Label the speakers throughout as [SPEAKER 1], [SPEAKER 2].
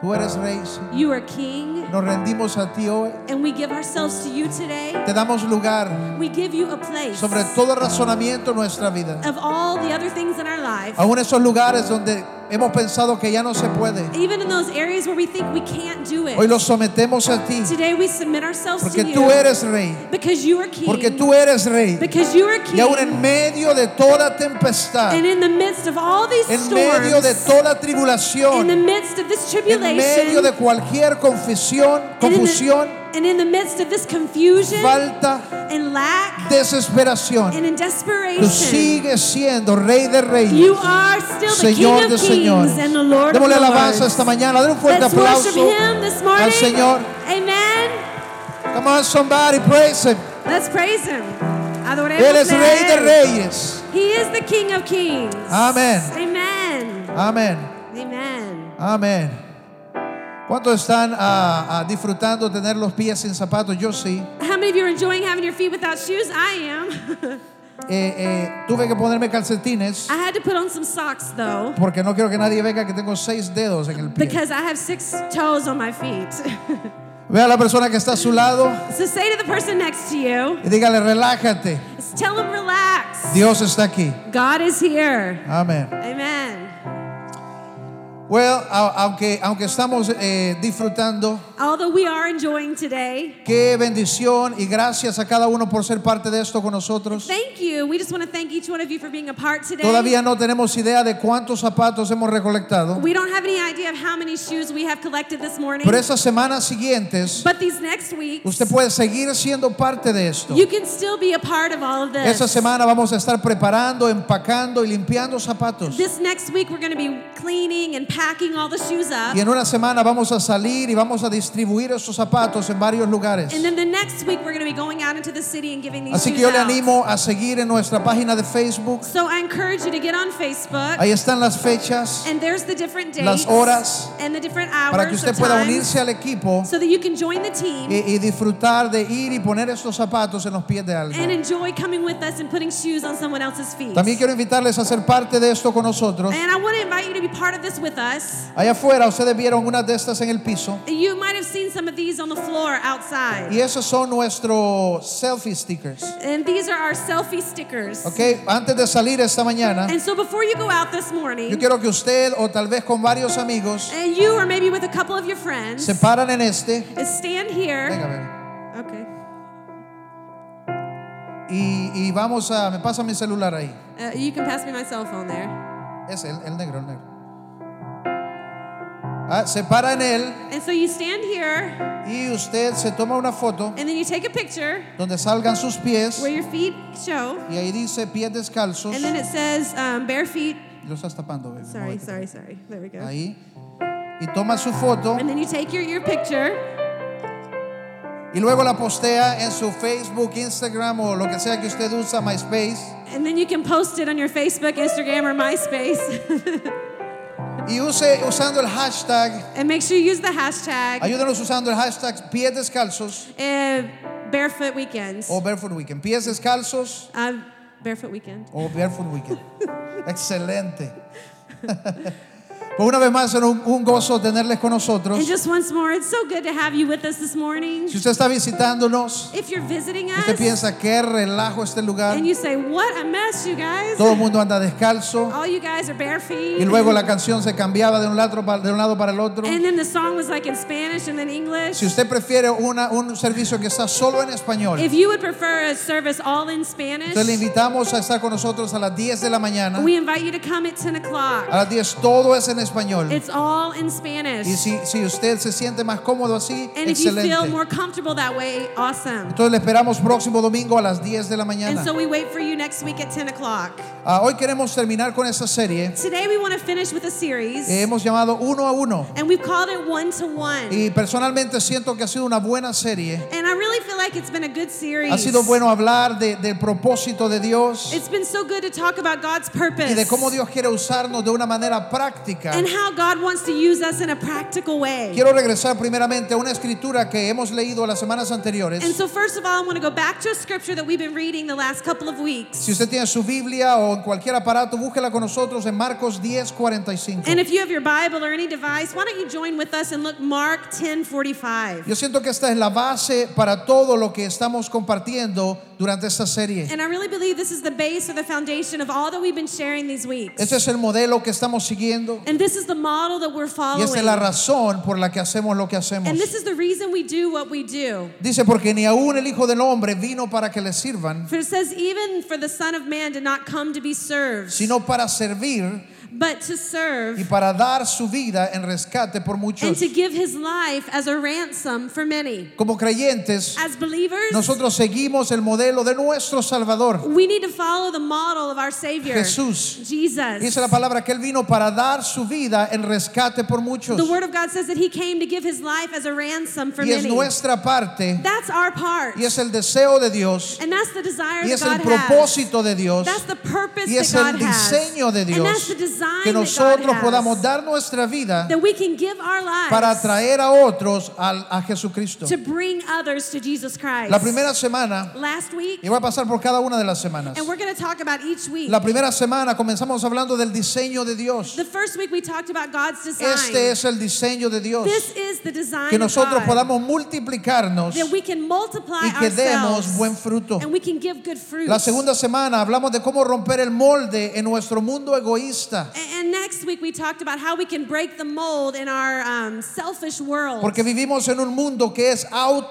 [SPEAKER 1] Tú eres rey, Señor.
[SPEAKER 2] You are King,
[SPEAKER 1] Nos rendimos a ti hoy.
[SPEAKER 2] and we give ourselves to you today.
[SPEAKER 1] Te damos lugar
[SPEAKER 2] We give you a place
[SPEAKER 1] sobre todo razonamiento en nuestra vida.
[SPEAKER 2] of all the other things in our life,
[SPEAKER 1] Aún esos lugares donde hemos pensado que ya no se puede.
[SPEAKER 2] even in those areas where we think we can't do
[SPEAKER 1] Hoy
[SPEAKER 2] it.
[SPEAKER 1] los sometemos a ti.
[SPEAKER 2] Today we submit ourselves
[SPEAKER 1] Porque
[SPEAKER 2] to
[SPEAKER 1] tú
[SPEAKER 2] you
[SPEAKER 1] eres rey.
[SPEAKER 2] because you are
[SPEAKER 1] Porque
[SPEAKER 2] King.
[SPEAKER 1] tú eres rey.
[SPEAKER 2] Because you are
[SPEAKER 1] Y aún en
[SPEAKER 2] King,
[SPEAKER 1] medio de toda tempestad,
[SPEAKER 2] and in the midst of all these
[SPEAKER 1] en medio de
[SPEAKER 2] storms,
[SPEAKER 1] toda
[SPEAKER 2] in the
[SPEAKER 1] tribulación,
[SPEAKER 2] midst of this
[SPEAKER 1] en medio
[SPEAKER 2] tribulation,
[SPEAKER 1] de cualquier confusión,
[SPEAKER 2] and in,
[SPEAKER 1] confusión,
[SPEAKER 2] the, and in the midst of this confusion
[SPEAKER 1] falta,
[SPEAKER 2] and lack
[SPEAKER 1] desesperación,
[SPEAKER 2] and in
[SPEAKER 1] tú
[SPEAKER 2] desperation,
[SPEAKER 1] sigues siendo rey de reyes,
[SPEAKER 2] you are still the
[SPEAKER 1] Señor
[SPEAKER 2] King
[SPEAKER 1] de
[SPEAKER 2] of Kings
[SPEAKER 1] señores.
[SPEAKER 2] and the Lord of
[SPEAKER 1] Démosle alabanza
[SPEAKER 2] Lords.
[SPEAKER 1] esta mañana, dale un fuerte
[SPEAKER 2] Let's worship
[SPEAKER 1] aplauso
[SPEAKER 2] Him this
[SPEAKER 1] al Señor.
[SPEAKER 2] morning. Amen.
[SPEAKER 1] Come on, somebody, praise Him.
[SPEAKER 2] Let's praise Him.
[SPEAKER 1] Él
[SPEAKER 2] Adoremos
[SPEAKER 1] es
[SPEAKER 2] a
[SPEAKER 1] rey de
[SPEAKER 2] Él.
[SPEAKER 1] reyes.
[SPEAKER 2] He is the King of Kings.
[SPEAKER 1] Amén.
[SPEAKER 2] Amen.
[SPEAKER 1] Amén,
[SPEAKER 2] Amen.
[SPEAKER 1] amén. ¿Cuántos están ah, ah, disfrutando tener los pies sin zapatos? Yo sí.
[SPEAKER 2] How many of you are enjoying having your feet without shoes? I am.
[SPEAKER 1] Eh, eh, tuve que ponerme calcetines
[SPEAKER 2] I had to put on some socks though
[SPEAKER 1] porque no quiero que nadie venga que tengo seis dedos en el pie.
[SPEAKER 2] because I have six toes on my feet.
[SPEAKER 1] Ve a la persona que está a su lado
[SPEAKER 2] so say to the person next to you,
[SPEAKER 1] y dígale, relájate.
[SPEAKER 2] tell them relax.
[SPEAKER 1] Dios está aquí.
[SPEAKER 2] God is here.
[SPEAKER 1] Amén.
[SPEAKER 2] Amen.
[SPEAKER 1] Well, a- aunque, aunque estamos eh, disfrutando,
[SPEAKER 2] Although we are enjoying today,
[SPEAKER 1] qué bendición y gracias a cada uno por ser parte de esto con nosotros.
[SPEAKER 2] thank you. We just want to thank each one of you for being a part today.
[SPEAKER 1] Todavía no tenemos idea de cuántos zapatos hemos recolectado,
[SPEAKER 2] We don't have any idea of how many shoes we have collected this morning.
[SPEAKER 1] pero esas semanas siguientes
[SPEAKER 2] But these next weeks,
[SPEAKER 1] usted puede seguir siendo parte de esto.
[SPEAKER 2] you can still be a part of all of this.
[SPEAKER 1] Esa semana vamos a estar preparando, empacando y limpiando zapatos.
[SPEAKER 2] This next week, we're going to be cleaning and packing all the shoes up.
[SPEAKER 1] Y en una semana vamos a salir y vamos a distribuir esos zapatos en varios lugares.
[SPEAKER 2] And then the next week, we're going to be going out into the city and giving these
[SPEAKER 1] Así que
[SPEAKER 2] shoes
[SPEAKER 1] yo le
[SPEAKER 2] out.
[SPEAKER 1] animo a seguir en nuestra página de Facebook.
[SPEAKER 2] So I encourage you to get on Facebook.
[SPEAKER 1] Ahí están las fechas
[SPEAKER 2] and there's the different dates
[SPEAKER 1] Las horas
[SPEAKER 2] and the different hours
[SPEAKER 1] para que usted
[SPEAKER 2] of
[SPEAKER 1] pueda
[SPEAKER 2] times
[SPEAKER 1] unirse al equipo
[SPEAKER 2] so that you can join the team
[SPEAKER 1] y, y disfrutar de ir y poner estos zapatos en los pies de alguien.
[SPEAKER 2] and enjoy coming with us and putting shoes on someone else's feet.
[SPEAKER 1] También quiero invitarles a ser parte de esto con nosotros.
[SPEAKER 2] and I want to invite you to be part of this with us.
[SPEAKER 1] Allá afuera ustedes vieron unas de estas en el piso
[SPEAKER 2] You might have seen some of these on the floor outside.
[SPEAKER 1] y esos son nuestros selfie stickers.
[SPEAKER 2] And these are our selfie stickers.
[SPEAKER 1] Ok, antes de salir esta mañana,
[SPEAKER 2] And so before you go out this morning,
[SPEAKER 1] yo quiero que usted o tal vez con varios amigos
[SPEAKER 2] and you or maybe with a couple of your friends,
[SPEAKER 1] se paran en este.
[SPEAKER 2] is stand here.
[SPEAKER 1] Venga, venga.
[SPEAKER 2] Okay.
[SPEAKER 1] Y, y vamos a. Me pasa mi celular ahí.
[SPEAKER 2] Uh, you can pass me my cell phone there.
[SPEAKER 1] Ese, el, el negro, el negro. Ah, se para en él
[SPEAKER 2] And so you stand here,
[SPEAKER 1] y usted se toma una foto
[SPEAKER 2] and then you take a picture
[SPEAKER 1] donde salgan sus pies
[SPEAKER 2] where your feet show.
[SPEAKER 1] y ahí dice pies descalzos.
[SPEAKER 2] And then it says um, bare feet.
[SPEAKER 1] Lo estás tapando, baby.
[SPEAKER 2] Sorry,
[SPEAKER 1] móvete.
[SPEAKER 2] sorry, sorry. There we go.
[SPEAKER 1] Ahí. Y toma su foto
[SPEAKER 2] And then you take your, your picture
[SPEAKER 1] y luego la postea en su Facebook, Instagram o lo que sea que usted usa, MySpace.
[SPEAKER 2] and then you can post it on your Facebook, Instagram, or MySpace.
[SPEAKER 1] Y use usando el hashtag.
[SPEAKER 2] and make sure you use the hashtag
[SPEAKER 1] Ayúdenos usando el hashtag pies descalzos
[SPEAKER 2] uh, Barefoot Weekends.
[SPEAKER 1] o Barefoot Weekend. Pies descalzos.
[SPEAKER 2] Uh, barefoot Weekend.
[SPEAKER 1] O Barefoot Weekend. Excelente. Pues una vez más, es un, un gozo tenerles con nosotros.
[SPEAKER 2] And just once more, it's so good to have you with us this morning.
[SPEAKER 1] Si usted está visitándonos,
[SPEAKER 2] If you're visiting
[SPEAKER 1] usted
[SPEAKER 2] us
[SPEAKER 1] piensa que relajo este lugar.
[SPEAKER 2] and you say, What a mess, you guys.
[SPEAKER 1] Todo el mundo anda descalzo.
[SPEAKER 2] All you guys are bare feet.
[SPEAKER 1] Y luego la canción se cambiaba de un, lado pa- de un lado para el otro.
[SPEAKER 2] And then the song was like in Spanish and then English.
[SPEAKER 1] Si usted prefiere una- un servicio que está solo en español,
[SPEAKER 2] If you would prefer a service all in Spanish,
[SPEAKER 1] entonces le invitamos a estar con nosotros a las 10 de la mañana.
[SPEAKER 2] we invite you to come at 10
[SPEAKER 1] A
[SPEAKER 2] o'clock.
[SPEAKER 1] las 10 todo es en español.
[SPEAKER 2] It's all in Spanish.
[SPEAKER 1] Ah. Y si, si usted se siente más cómodo así,
[SPEAKER 2] and if you feel
[SPEAKER 1] excelente.
[SPEAKER 2] more comfortable that way, awesome.
[SPEAKER 1] Entonces le esperamos próximo domingo a las 10 de la
[SPEAKER 2] And
[SPEAKER 1] mañana.
[SPEAKER 2] so we wait for you next week at 10 o'clock.
[SPEAKER 1] Ah, hoy queremos terminar con esta serie
[SPEAKER 2] Today we want to finish with a series,
[SPEAKER 1] que hemos llamado Uno a Uno.
[SPEAKER 2] and we've called it One to One.
[SPEAKER 1] Y personalmente siento que ha sido una buena serie.
[SPEAKER 2] And I really feel like it's been a good series.
[SPEAKER 1] Ha sido bueno hablar de- del propósito de Dios
[SPEAKER 2] It's been so good to talk about God's purpose
[SPEAKER 1] y de cómo Dios quiere usarnos de una manera práctica práctica.
[SPEAKER 2] and how God wants to use us in a practical way.
[SPEAKER 1] Quiero regresar primeramente a una escritura que hemos leído las semanas anteriores.
[SPEAKER 2] And so, first of all, I want to go back to a scripture that we've been reading the last couple of weeks.
[SPEAKER 1] Si usted tiene su Biblia o en cualquier aparato, búsquela con nosotros en Marcos 10, 45.
[SPEAKER 2] And if you have your Bible or any device, why don't you join with us and look Mark 10:45?
[SPEAKER 1] Yo siento que esta es la base para todo lo que estamos compartiendo durante esta serie.
[SPEAKER 2] And I really believe this is the base or the foundation of all that we've been sharing these weeks.
[SPEAKER 1] Este es el modelo que estamos siguiendo
[SPEAKER 2] And this is the model that we're
[SPEAKER 1] y esta es la
[SPEAKER 2] following.
[SPEAKER 1] razón por la que hacemos lo que hacemos.
[SPEAKER 2] And this is the reason we do what we do.
[SPEAKER 1] Dice, porque ni aún el Hijo del Hombre vino para que le sirvan,
[SPEAKER 2] For it says, even for the Son of Man did not come to be served,
[SPEAKER 1] sino para servir
[SPEAKER 2] but to
[SPEAKER 1] y
[SPEAKER 2] serve
[SPEAKER 1] para dar su vida en rescate por
[SPEAKER 2] and
[SPEAKER 1] muchos.
[SPEAKER 2] to give his life as a ransom for many.
[SPEAKER 1] Como creyentes,
[SPEAKER 2] As believers,
[SPEAKER 1] nosotros seguimos el modelo de nuestro Salvador,
[SPEAKER 2] we need to follow the model of our Savior,
[SPEAKER 1] Jesús. Dice la
[SPEAKER 2] Jesus.
[SPEAKER 1] palabra que Él vino para dar su vida en rescate por muchos.
[SPEAKER 2] The Word of God says that He came to give His life as a ransom for
[SPEAKER 1] Y es
[SPEAKER 2] many.
[SPEAKER 1] nuestra parte,
[SPEAKER 2] That's our part.
[SPEAKER 1] y es el deseo de Dios,
[SPEAKER 2] And that's the desire
[SPEAKER 1] y
[SPEAKER 2] that
[SPEAKER 1] es el
[SPEAKER 2] God has.
[SPEAKER 1] propósito de Dios,
[SPEAKER 2] That's the purpose
[SPEAKER 1] y es
[SPEAKER 2] that
[SPEAKER 1] el
[SPEAKER 2] God has.
[SPEAKER 1] diseño de
[SPEAKER 2] and
[SPEAKER 1] Dios
[SPEAKER 2] that's the design
[SPEAKER 1] que
[SPEAKER 2] that
[SPEAKER 1] nosotros
[SPEAKER 2] God
[SPEAKER 1] podamos
[SPEAKER 2] has.
[SPEAKER 1] dar nuestra vida
[SPEAKER 2] That we can give our lives
[SPEAKER 1] para atraer a otros al- a, Jesucristo.
[SPEAKER 2] to bring others to Jesus Christ.
[SPEAKER 1] La primera semana,
[SPEAKER 2] Last week,
[SPEAKER 1] y voy a pasar por cada una de las semanas.
[SPEAKER 2] and we're going to talk about each week.
[SPEAKER 1] La primera semana comenzamos hablando del diseño de Dios.
[SPEAKER 2] the first week we talked about God's design.
[SPEAKER 1] Este es el diseño de Dios.
[SPEAKER 2] this is the design
[SPEAKER 1] Que nosotros
[SPEAKER 2] of God,
[SPEAKER 1] podamos multiplicarnos
[SPEAKER 2] that we can multiply
[SPEAKER 1] y que demos
[SPEAKER 2] ourselves
[SPEAKER 1] buen fruto.
[SPEAKER 2] and we can give good fruit.
[SPEAKER 1] La segunda semana hablamos de cómo romper el molde en nuestro mundo egoísta.
[SPEAKER 2] A- And next week we talked about how we can break the mold in our um, selfish world.
[SPEAKER 1] Porque vivimos en un mundo que es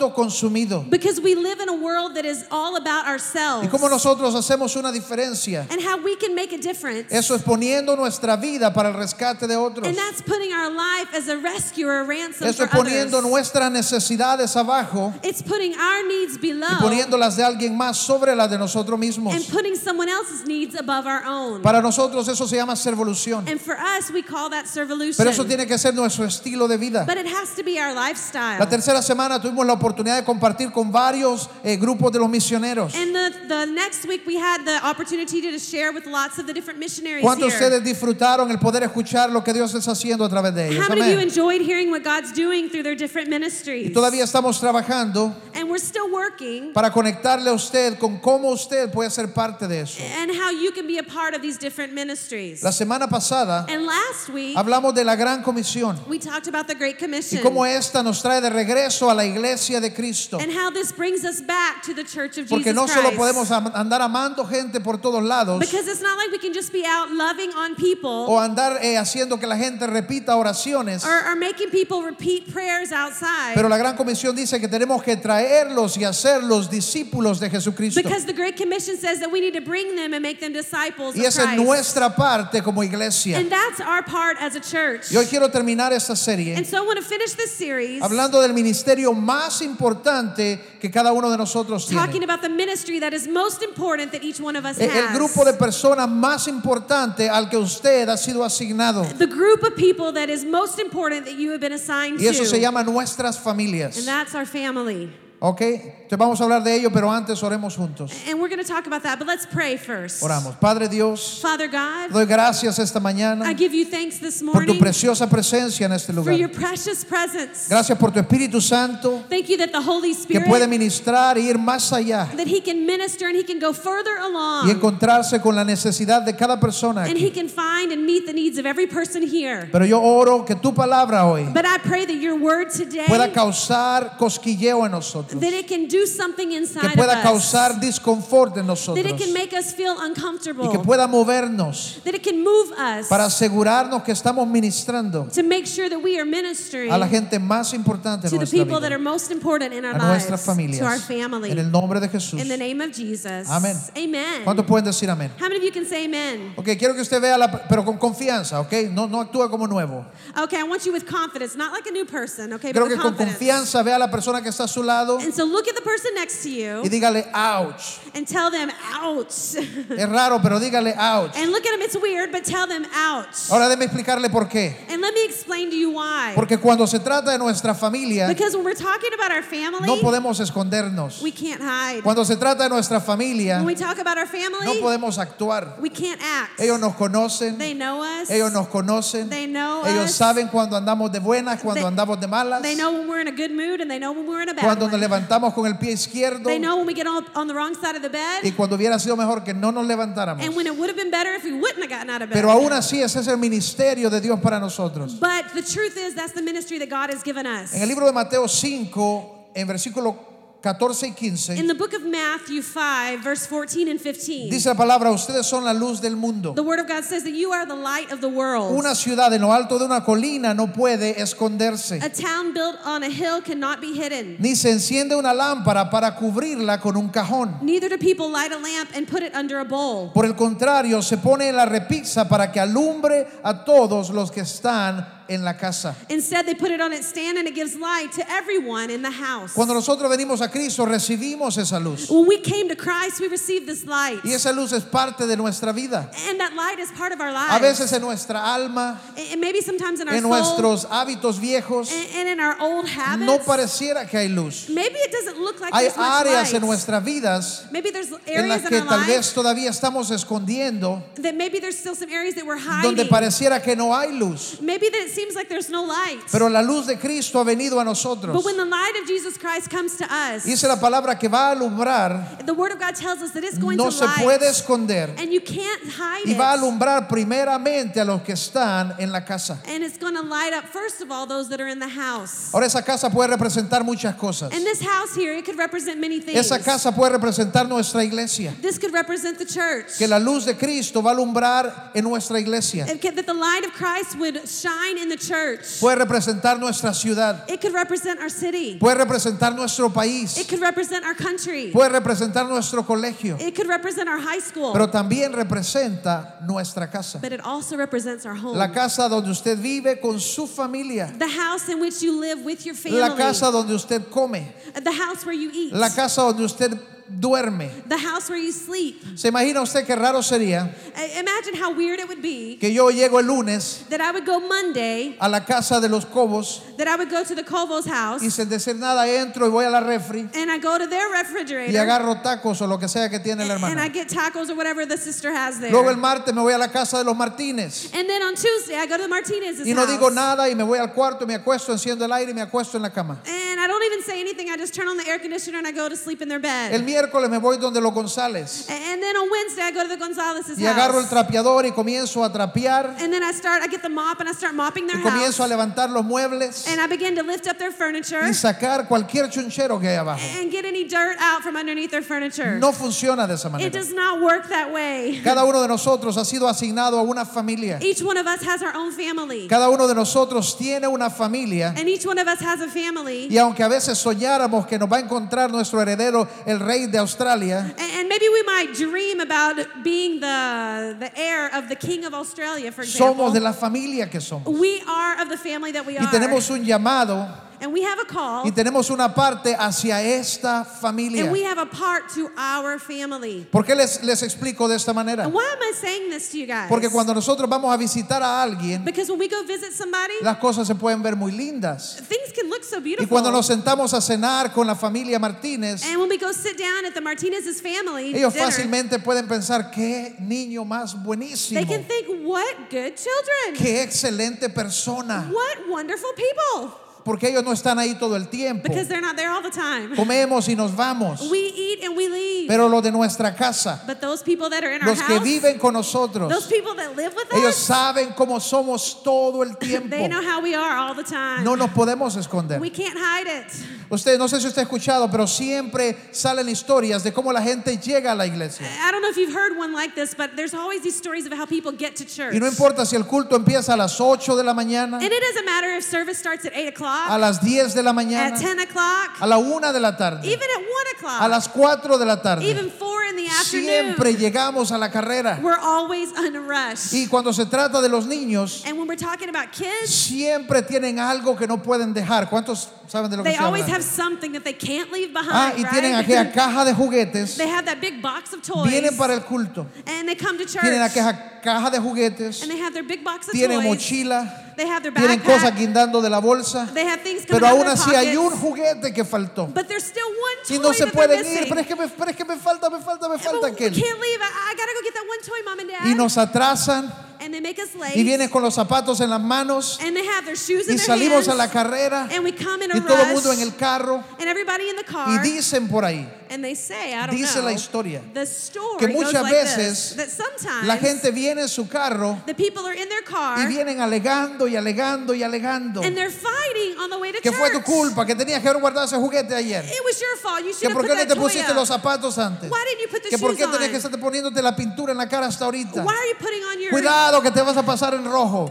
[SPEAKER 1] autoconsumido.
[SPEAKER 2] because we live in a world that is all about ourselves.
[SPEAKER 1] Y cómo nosotros hacemos una diferencia.
[SPEAKER 2] and how we can make a difference.
[SPEAKER 1] Eso es poniendo nuestra vida para el rescate de otros.
[SPEAKER 2] and that's putting our life as a rescue or a ransom
[SPEAKER 1] Eso es
[SPEAKER 2] for
[SPEAKER 1] poniendo
[SPEAKER 2] others.
[SPEAKER 1] nuestras necesidades abajo
[SPEAKER 2] it's putting our needs
[SPEAKER 1] y
[SPEAKER 2] below
[SPEAKER 1] poniendo las de alguien más sobre las de nosotros mismos.
[SPEAKER 2] and putting someone else's needs above our own.
[SPEAKER 1] Para nosotros eso se llama servolución.
[SPEAKER 2] and for us, we call that servolution.
[SPEAKER 1] Pero eso tiene que ser nuestro estilo de vida.
[SPEAKER 2] but it has to be our lifestyle.
[SPEAKER 1] La tercera semana tuvimos la oportunidad de compartir con varios eh, grupos de los misioneros.
[SPEAKER 2] and the, the next week we had the opportunity to share with lots of the different missionaries
[SPEAKER 1] ¿Cuántos de
[SPEAKER 2] here.
[SPEAKER 1] ustedes disfrutaron el poder escuchar lo que Dios está haciendo a través de ellos?
[SPEAKER 2] How many of you
[SPEAKER 1] Amén.
[SPEAKER 2] enjoyed hearing what God's doing through their different ministries?
[SPEAKER 1] Y todavía estamos trabajando
[SPEAKER 2] and we're still working
[SPEAKER 1] para conectarle a usted con cómo usted puede ser parte de eso.
[SPEAKER 2] and how you can be a part of these different ministries.
[SPEAKER 1] La semana pasada
[SPEAKER 2] and last week,
[SPEAKER 1] hablamos de la gran comisión
[SPEAKER 2] we talked about the Great
[SPEAKER 1] y
[SPEAKER 2] Commission
[SPEAKER 1] cómo esta nos trae de regreso a la iglesia de Cristo.
[SPEAKER 2] and how this brings us back to the Church of
[SPEAKER 1] Porque
[SPEAKER 2] Jesus
[SPEAKER 1] no
[SPEAKER 2] Christ.
[SPEAKER 1] solo podemos am- andar amando gente por todos lados
[SPEAKER 2] because it's not like we can just be out loving on people
[SPEAKER 1] o andar eh, haciendo que la gente repita oraciones,
[SPEAKER 2] or, or making people repeat prayers outside.
[SPEAKER 1] pero la gran comisión dice que tenemos que traerlos y hacerlos discípulos de Jesucristo.
[SPEAKER 2] because the Great Commission says that we need to bring them and make them disciples
[SPEAKER 1] Y
[SPEAKER 2] of
[SPEAKER 1] esa es
[SPEAKER 2] Christ.
[SPEAKER 1] nuestra parte como iglesia.
[SPEAKER 2] and that's our part as a church.
[SPEAKER 1] Y hoy quiero terminar esta serie
[SPEAKER 2] and so I want to finish this series
[SPEAKER 1] hablando del ministerio más importante que cada uno de nosotros
[SPEAKER 2] talking
[SPEAKER 1] tiene.
[SPEAKER 2] about the ministry that is most important that each one of us
[SPEAKER 1] E-
[SPEAKER 2] has.
[SPEAKER 1] El grupo de personas más importante al que usted ha sido asignado.
[SPEAKER 2] the group of people that is most important that you have been assigned
[SPEAKER 1] Y eso
[SPEAKER 2] to.
[SPEAKER 1] se llama nuestras familias.
[SPEAKER 2] and that's our family.
[SPEAKER 1] ¿Ok? Entonces vamos a hablar de ello, pero antes oremos juntos.
[SPEAKER 2] And we're going to talk about that, but let's pray first.
[SPEAKER 1] Oramos. Padre Dios,
[SPEAKER 2] Father
[SPEAKER 1] te
[SPEAKER 2] God,
[SPEAKER 1] doy gracias esta
[SPEAKER 2] I
[SPEAKER 1] mañana
[SPEAKER 2] give you thanks this
[SPEAKER 1] por tu
[SPEAKER 2] morning
[SPEAKER 1] preciosa presencia en este
[SPEAKER 2] for your
[SPEAKER 1] lugar.
[SPEAKER 2] precious presence.
[SPEAKER 1] Gracias por tu Espíritu Santo
[SPEAKER 2] Thank you that the Holy
[SPEAKER 1] que
[SPEAKER 2] Spirit
[SPEAKER 1] puede ministrar e ir más allá.
[SPEAKER 2] that he can minister and he can go further
[SPEAKER 1] y
[SPEAKER 2] along
[SPEAKER 1] encontrarse con la necesidad de cada persona. aquí.
[SPEAKER 2] and he can find and meet the needs of every person here.
[SPEAKER 1] Pero yo oro que tu palabra hoy
[SPEAKER 2] But I pray that your word today
[SPEAKER 1] pueda causar cosquilleo en nosotros,
[SPEAKER 2] that
[SPEAKER 1] que
[SPEAKER 2] it can do something inside
[SPEAKER 1] pueda
[SPEAKER 2] of us.
[SPEAKER 1] causar disconfort en
[SPEAKER 2] that
[SPEAKER 1] nosotros
[SPEAKER 2] it can
[SPEAKER 1] y
[SPEAKER 2] make us feel uncomfortable,
[SPEAKER 1] que pueda movernos
[SPEAKER 2] that it can move us
[SPEAKER 1] para asegurarnos que estamos ministrando
[SPEAKER 2] to make sure that we are ministering
[SPEAKER 1] a la gente más importante en
[SPEAKER 2] to the
[SPEAKER 1] nuestra
[SPEAKER 2] people that
[SPEAKER 1] vida,
[SPEAKER 2] are most important in our
[SPEAKER 1] a
[SPEAKER 2] lives,
[SPEAKER 1] nuestras
[SPEAKER 2] to our
[SPEAKER 1] familias,
[SPEAKER 2] family.
[SPEAKER 1] en el nombre de Jesús.
[SPEAKER 2] in the name of Jesus.
[SPEAKER 1] Amén.
[SPEAKER 2] Amen.
[SPEAKER 1] ¿Cuántos pueden decir amén?
[SPEAKER 2] How many of you can say amen?
[SPEAKER 1] Ok, quiero que usted vea, la, pero con confianza, ok, no, no actúa como nuevo.
[SPEAKER 2] Okay, I want you with confidence, not like a new person, okay,
[SPEAKER 1] Creo
[SPEAKER 2] but
[SPEAKER 1] que
[SPEAKER 2] with
[SPEAKER 1] con
[SPEAKER 2] confidence.
[SPEAKER 1] confianza vea a la persona que está a su lado
[SPEAKER 2] And so look at the person next to
[SPEAKER 1] y
[SPEAKER 2] you
[SPEAKER 1] dígale, ouch.
[SPEAKER 2] and tell them, ouch. and
[SPEAKER 1] Es raro, pero dígale, ouch.
[SPEAKER 2] look at them, it's weird, but tell them, ouch.
[SPEAKER 1] Ahora déme explicarle por qué.
[SPEAKER 2] And let me explain to you why.
[SPEAKER 1] Porque cuando se trata de nuestra familia,
[SPEAKER 2] Because when we're talking about our family,
[SPEAKER 1] no podemos escondernos.
[SPEAKER 2] we can't hide.
[SPEAKER 1] Cuando se trata de nuestra familia,
[SPEAKER 2] When we talk about our family,
[SPEAKER 1] no podemos actuar.
[SPEAKER 2] we can't act.
[SPEAKER 1] Ellos nos conocen,
[SPEAKER 2] they know us.
[SPEAKER 1] ellos nos conocen,
[SPEAKER 2] They know
[SPEAKER 1] ellos
[SPEAKER 2] us.
[SPEAKER 1] saben cuando andamos de buenas, cuando
[SPEAKER 2] They-
[SPEAKER 1] andamos de malas,
[SPEAKER 2] They know when we're in a good mood and they know when we're in a bad
[SPEAKER 1] cuando
[SPEAKER 2] one.
[SPEAKER 1] nos levantamos con el pie izquierdo
[SPEAKER 2] They know when we get on, on the wrong side of the bed
[SPEAKER 1] y cuando hubiera sido mejor que no nos levantáramos.
[SPEAKER 2] and when it would have been better if we wouldn't have gotten out of bed.
[SPEAKER 1] Pero aún así ese es el ministerio de Dios para nosotros.
[SPEAKER 2] But the truth is, that's the ministry that God has given us.
[SPEAKER 1] En el libro de Mateo 5, en versículo 14 y
[SPEAKER 2] In
[SPEAKER 1] 15,
[SPEAKER 2] the book of Matthew 5, verse 14 and 15,
[SPEAKER 1] dice la palabra, ustedes son la luz del mundo.
[SPEAKER 2] the Word of God says that you are the light of the world.
[SPEAKER 1] Una ciudad en lo alto de una colina no puede
[SPEAKER 2] a
[SPEAKER 1] esconderse,
[SPEAKER 2] town built on a hill cannot be hidden.
[SPEAKER 1] ni se enciende una lámpara para cubrirla con un cajón.
[SPEAKER 2] Neither do people light a lamp and put it under a bowl.
[SPEAKER 1] Por el contrario, se pone en la repisa para que alumbre a todos los que están en la casa.
[SPEAKER 2] Instead, they put it on its stand and it gives light to everyone in the house.
[SPEAKER 1] Cuando nosotros venimos a Cristo, recibimos esa luz.
[SPEAKER 2] When we came to Christ, we received this light.
[SPEAKER 1] Y esa luz es parte de nuestra vida.
[SPEAKER 2] And that light is part of our
[SPEAKER 1] A
[SPEAKER 2] lives.
[SPEAKER 1] veces en nuestra alma,
[SPEAKER 2] and and maybe sometimes in our
[SPEAKER 1] en
[SPEAKER 2] soul
[SPEAKER 1] nuestros hábitos viejos,
[SPEAKER 2] and, and in our old habits.
[SPEAKER 1] no pareciera que hay luz.
[SPEAKER 2] maybe it doesn't look like
[SPEAKER 1] Hay
[SPEAKER 2] there's much
[SPEAKER 1] áreas
[SPEAKER 2] light.
[SPEAKER 1] en nuestras vidas
[SPEAKER 2] maybe there's
[SPEAKER 1] en las
[SPEAKER 2] areas in
[SPEAKER 1] que
[SPEAKER 2] our
[SPEAKER 1] tal
[SPEAKER 2] lives
[SPEAKER 1] vez todavía estamos escondiendo,
[SPEAKER 2] that maybe there's still some areas that we're hiding.
[SPEAKER 1] donde pareciera que no hay luz.
[SPEAKER 2] maybe that it seems like there's no light.
[SPEAKER 1] Pero la luz de Cristo ha venido a
[SPEAKER 2] but
[SPEAKER 1] nosotros.
[SPEAKER 2] when the light of Jesus Christ comes to us,
[SPEAKER 1] Dice la palabra que va a alumbrar
[SPEAKER 2] the Word of God tells us that it's going
[SPEAKER 1] no
[SPEAKER 2] to
[SPEAKER 1] se
[SPEAKER 2] light.
[SPEAKER 1] puede esconder
[SPEAKER 2] and you can't hide
[SPEAKER 1] y va a
[SPEAKER 2] it.
[SPEAKER 1] alumbrar primeramente a los que están en la casa.
[SPEAKER 2] And it's going to light up, first of all, those that are in the house.
[SPEAKER 1] Ahora esa casa puede representar muchas cosas.
[SPEAKER 2] And this house here, it could represent many things.
[SPEAKER 1] Esa casa puede representar nuestra iglesia.
[SPEAKER 2] This could represent the church.
[SPEAKER 1] Que la luz de Cristo va a alumbrar en nuestra iglesia.
[SPEAKER 2] It could- that the light of Christ would shine in the church.
[SPEAKER 1] Puede representar nuestra ciudad.
[SPEAKER 2] It could represent our city.
[SPEAKER 1] Puede representar nuestro país.
[SPEAKER 2] It could represent our country.
[SPEAKER 1] Puede representar nuestro colegio.
[SPEAKER 2] It could represent our high school.
[SPEAKER 1] Pero también representa nuestra casa.
[SPEAKER 2] But it also represents our home.
[SPEAKER 1] La casa donde usted vive con su familia.
[SPEAKER 2] The house in which you live with your family.
[SPEAKER 1] La casa donde usted come.
[SPEAKER 2] The house where you eat.
[SPEAKER 1] La casa donde usted duerme.
[SPEAKER 2] The house where you sleep.
[SPEAKER 1] ¿Se imagina usted qué raro sería
[SPEAKER 2] I- Imagine how weird it would be
[SPEAKER 1] que yo llego el lunes
[SPEAKER 2] that I would go Monday,
[SPEAKER 1] a la casa de los Cobos
[SPEAKER 2] that I would go to the Colvo's
[SPEAKER 1] y
[SPEAKER 2] house,
[SPEAKER 1] sin decir nada entro y voy a la refri
[SPEAKER 2] and I go to their
[SPEAKER 1] y
[SPEAKER 2] refrigerator,
[SPEAKER 1] agarro tacos o lo que sea que tiene la
[SPEAKER 2] and, and I
[SPEAKER 1] hermana.
[SPEAKER 2] get tacos or whatever the sister has there.
[SPEAKER 1] Luego el martes me voy a la casa de los Martínez
[SPEAKER 2] And then on Tuesday, I go to the Martinez's
[SPEAKER 1] y no
[SPEAKER 2] house.
[SPEAKER 1] digo nada y me voy al cuarto, me acuesto, enciendo el aire y me acuesto en la cama.
[SPEAKER 2] And I don't even say anything. I just turn on the air conditioner and I go to sleep in their bed.
[SPEAKER 1] El miércoles me voy donde los González
[SPEAKER 2] and then on Wednesday, I go to the Gonzalez's
[SPEAKER 1] y agarro el
[SPEAKER 2] house.
[SPEAKER 1] trapeador y comienzo a trapear
[SPEAKER 2] And then I start, I get the mop and I start mopping their
[SPEAKER 1] y
[SPEAKER 2] house.
[SPEAKER 1] comienzo a levantar los muebles
[SPEAKER 2] And I begin to lift up their furniture
[SPEAKER 1] y sacar cualquier chunchero que hay abajo.
[SPEAKER 2] and get any dirt out from underneath their furniture.
[SPEAKER 1] No funciona de esa
[SPEAKER 2] It
[SPEAKER 1] manera.
[SPEAKER 2] does not work that way.
[SPEAKER 1] Cada uno de nosotros ha sido asignado a una familia.
[SPEAKER 2] Each one of us has our own family.
[SPEAKER 1] Cada uno de nosotros tiene una familia
[SPEAKER 2] And each one of us has a family.
[SPEAKER 1] y aunque a veces soñáramos que nos va a encontrar nuestro heredero, el rey de Australia,
[SPEAKER 2] A- And maybe we might dream about being the, the heir of the king of Australia, for example.
[SPEAKER 1] somos de la familia que somos.
[SPEAKER 2] we are of the family that we
[SPEAKER 1] Y
[SPEAKER 2] are.
[SPEAKER 1] tenemos un llamado
[SPEAKER 2] and we have a call.
[SPEAKER 1] y tenemos una parte hacia esta familia.
[SPEAKER 2] And we have a part to our family.
[SPEAKER 1] ¿Por qué les, les explico de esta manera?
[SPEAKER 2] And why am I saying this to you guys?
[SPEAKER 1] Porque cuando nosotros vamos a visitar a alguien,
[SPEAKER 2] because when we go visit somebody,
[SPEAKER 1] las cosas se pueden ver muy lindas.
[SPEAKER 2] things can look so
[SPEAKER 1] Y
[SPEAKER 2] beautiful.
[SPEAKER 1] cuando nos sentamos a cenar con la familia Martínez,
[SPEAKER 2] and when we go sit down at the Martinez's family
[SPEAKER 1] ellos
[SPEAKER 2] dinner,
[SPEAKER 1] fácilmente pueden pensar, qué niño más buenísimo.
[SPEAKER 2] they can think, what good children.
[SPEAKER 1] Qué excelente persona.
[SPEAKER 2] What wonderful people.
[SPEAKER 1] Porque ellos no están ahí todo el tiempo.
[SPEAKER 2] Because they're not there all the time.
[SPEAKER 1] Comemos y nos vamos.
[SPEAKER 2] We eat and we leave.
[SPEAKER 1] Pero los de nuestra casa,
[SPEAKER 2] but those people that are in our
[SPEAKER 1] los que
[SPEAKER 2] house,
[SPEAKER 1] viven con
[SPEAKER 2] those
[SPEAKER 1] nosotros,
[SPEAKER 2] people that live with
[SPEAKER 1] ellos
[SPEAKER 2] us,
[SPEAKER 1] saben cómo somos todo el tiempo.
[SPEAKER 2] they know how we are all the time.
[SPEAKER 1] No nos podemos esconder.
[SPEAKER 2] We can't hide it.
[SPEAKER 1] Usted, no sé si usted ha escuchado, pero siempre salen historias de cómo la gente llega a la iglesia.
[SPEAKER 2] I don't know if you've heard one like this, but there's always these stories of how people get to church.
[SPEAKER 1] Y no importa si el culto empieza a las 8 de la mañana,
[SPEAKER 2] And it doesn't matter if service starts at
[SPEAKER 1] a
[SPEAKER 2] 8 o'clock,
[SPEAKER 1] las 10 de la
[SPEAKER 2] at
[SPEAKER 1] mañana,
[SPEAKER 2] 10 o'clock,
[SPEAKER 1] a la 1 de la tarde,
[SPEAKER 2] even at 1
[SPEAKER 1] a
[SPEAKER 2] o'clock,
[SPEAKER 1] las 4 de la tarde.
[SPEAKER 2] even 4 in the
[SPEAKER 1] Siempre
[SPEAKER 2] afternoon.
[SPEAKER 1] llegamos a la carrera.
[SPEAKER 2] We're always on a rush.
[SPEAKER 1] Y cuando se trata de los niños,
[SPEAKER 2] And when we're talking about kids,
[SPEAKER 1] siempre tienen algo que no pueden dejar. ¿Cuántos saben de lo que
[SPEAKER 2] They
[SPEAKER 1] estoy
[SPEAKER 2] always
[SPEAKER 1] hablando.
[SPEAKER 2] have something that they can't leave
[SPEAKER 1] Ah,
[SPEAKER 2] behind,
[SPEAKER 1] y tienen
[SPEAKER 2] right?
[SPEAKER 1] aquella caja de juguetes.
[SPEAKER 2] They have that big box of toys.
[SPEAKER 1] Vienen para el culto.
[SPEAKER 2] and they come to church.
[SPEAKER 1] Tienen aquella caja de juguetes.
[SPEAKER 2] and they have their big box of
[SPEAKER 1] Tienen
[SPEAKER 2] toys.
[SPEAKER 1] mochila.
[SPEAKER 2] they have their
[SPEAKER 1] Tienen cosas
[SPEAKER 2] backpack.
[SPEAKER 1] guindando de la bolsa.
[SPEAKER 2] They have things coming
[SPEAKER 1] Pero
[SPEAKER 2] out
[SPEAKER 1] aún
[SPEAKER 2] of their
[SPEAKER 1] así hay
[SPEAKER 2] pockets.
[SPEAKER 1] un juguete que faltó.
[SPEAKER 2] But there's still one toy
[SPEAKER 1] Y no se
[SPEAKER 2] that they're
[SPEAKER 1] pueden ir.
[SPEAKER 2] missing.
[SPEAKER 1] Pero es que me, pero es que me falta, me falta, me
[SPEAKER 2] But
[SPEAKER 1] falta
[SPEAKER 2] we
[SPEAKER 1] aquel.
[SPEAKER 2] can't leave. I, I gotta go get that one toy, mom and dad.
[SPEAKER 1] Y nos atrasan.
[SPEAKER 2] and they make us late.
[SPEAKER 1] Y vienen con los zapatos en las manos.
[SPEAKER 2] and they have their shoes in
[SPEAKER 1] Y
[SPEAKER 2] their
[SPEAKER 1] salimos
[SPEAKER 2] hands.
[SPEAKER 1] a la carrera.
[SPEAKER 2] and we come in a
[SPEAKER 1] Y todo el
[SPEAKER 2] rush.
[SPEAKER 1] mundo en el carro.
[SPEAKER 2] and everybody in the car.
[SPEAKER 1] Y dicen por ahí.
[SPEAKER 2] and they say, I don't
[SPEAKER 1] Dice
[SPEAKER 2] know.
[SPEAKER 1] la historia
[SPEAKER 2] the story
[SPEAKER 1] que
[SPEAKER 2] goes
[SPEAKER 1] muchas
[SPEAKER 2] like this,
[SPEAKER 1] veces
[SPEAKER 2] that sometimes
[SPEAKER 1] La gente viene en su carro.
[SPEAKER 2] the people are in their car
[SPEAKER 1] Y vienen alegando y alegando y alegando.
[SPEAKER 2] and they're fighting on the way to
[SPEAKER 1] Que
[SPEAKER 2] church.
[SPEAKER 1] fue tu culpa, que tenías que haber guardado ese juguete ayer.
[SPEAKER 2] It was your fault. You
[SPEAKER 1] Que
[SPEAKER 2] should have
[SPEAKER 1] por
[SPEAKER 2] put
[SPEAKER 1] qué no
[SPEAKER 2] that
[SPEAKER 1] te
[SPEAKER 2] toy
[SPEAKER 1] pusiste
[SPEAKER 2] up.
[SPEAKER 1] los zapatos antes.
[SPEAKER 2] Why didn't you put the
[SPEAKER 1] Que por
[SPEAKER 2] shoes
[SPEAKER 1] qué tenías que
[SPEAKER 2] on?
[SPEAKER 1] estar poniéndote la pintura en la cara hasta ahorita.
[SPEAKER 2] Why are you putting on your
[SPEAKER 1] Cuidado que te vas a pasar en rojo.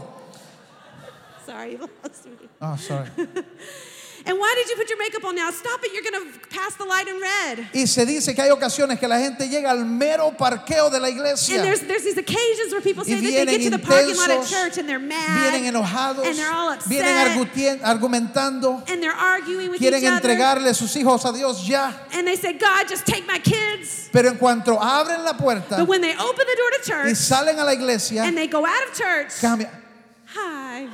[SPEAKER 2] Sorry, you lost me.
[SPEAKER 1] Ah, sorry.
[SPEAKER 2] And why did you put your makeup on now? Stop it. You're going to pass the light in red.
[SPEAKER 1] Y se dice que hay ocasiones que la gente llega al mero parqueo de la
[SPEAKER 2] And
[SPEAKER 1] iglesia.
[SPEAKER 2] there's there's these occasions where people
[SPEAKER 1] Y
[SPEAKER 2] say that they
[SPEAKER 1] vienen
[SPEAKER 2] get to the parking lot at
[SPEAKER 1] intensos,
[SPEAKER 2] church and they're mad.
[SPEAKER 1] Vienen enojados,
[SPEAKER 2] and they're all upset.
[SPEAKER 1] vienen argutien- argumentando,
[SPEAKER 2] and they're arguing with
[SPEAKER 1] quieren
[SPEAKER 2] each other.
[SPEAKER 1] entregarle sus hijos a Dios ya.
[SPEAKER 2] And they say, God, just take my kids.
[SPEAKER 1] Pero en cuanto abren la puerta
[SPEAKER 2] But when they open the door to
[SPEAKER 1] y
[SPEAKER 2] church
[SPEAKER 1] salen a la iglesia,
[SPEAKER 2] and they go out of church,
[SPEAKER 1] cambia.
[SPEAKER 2] hi,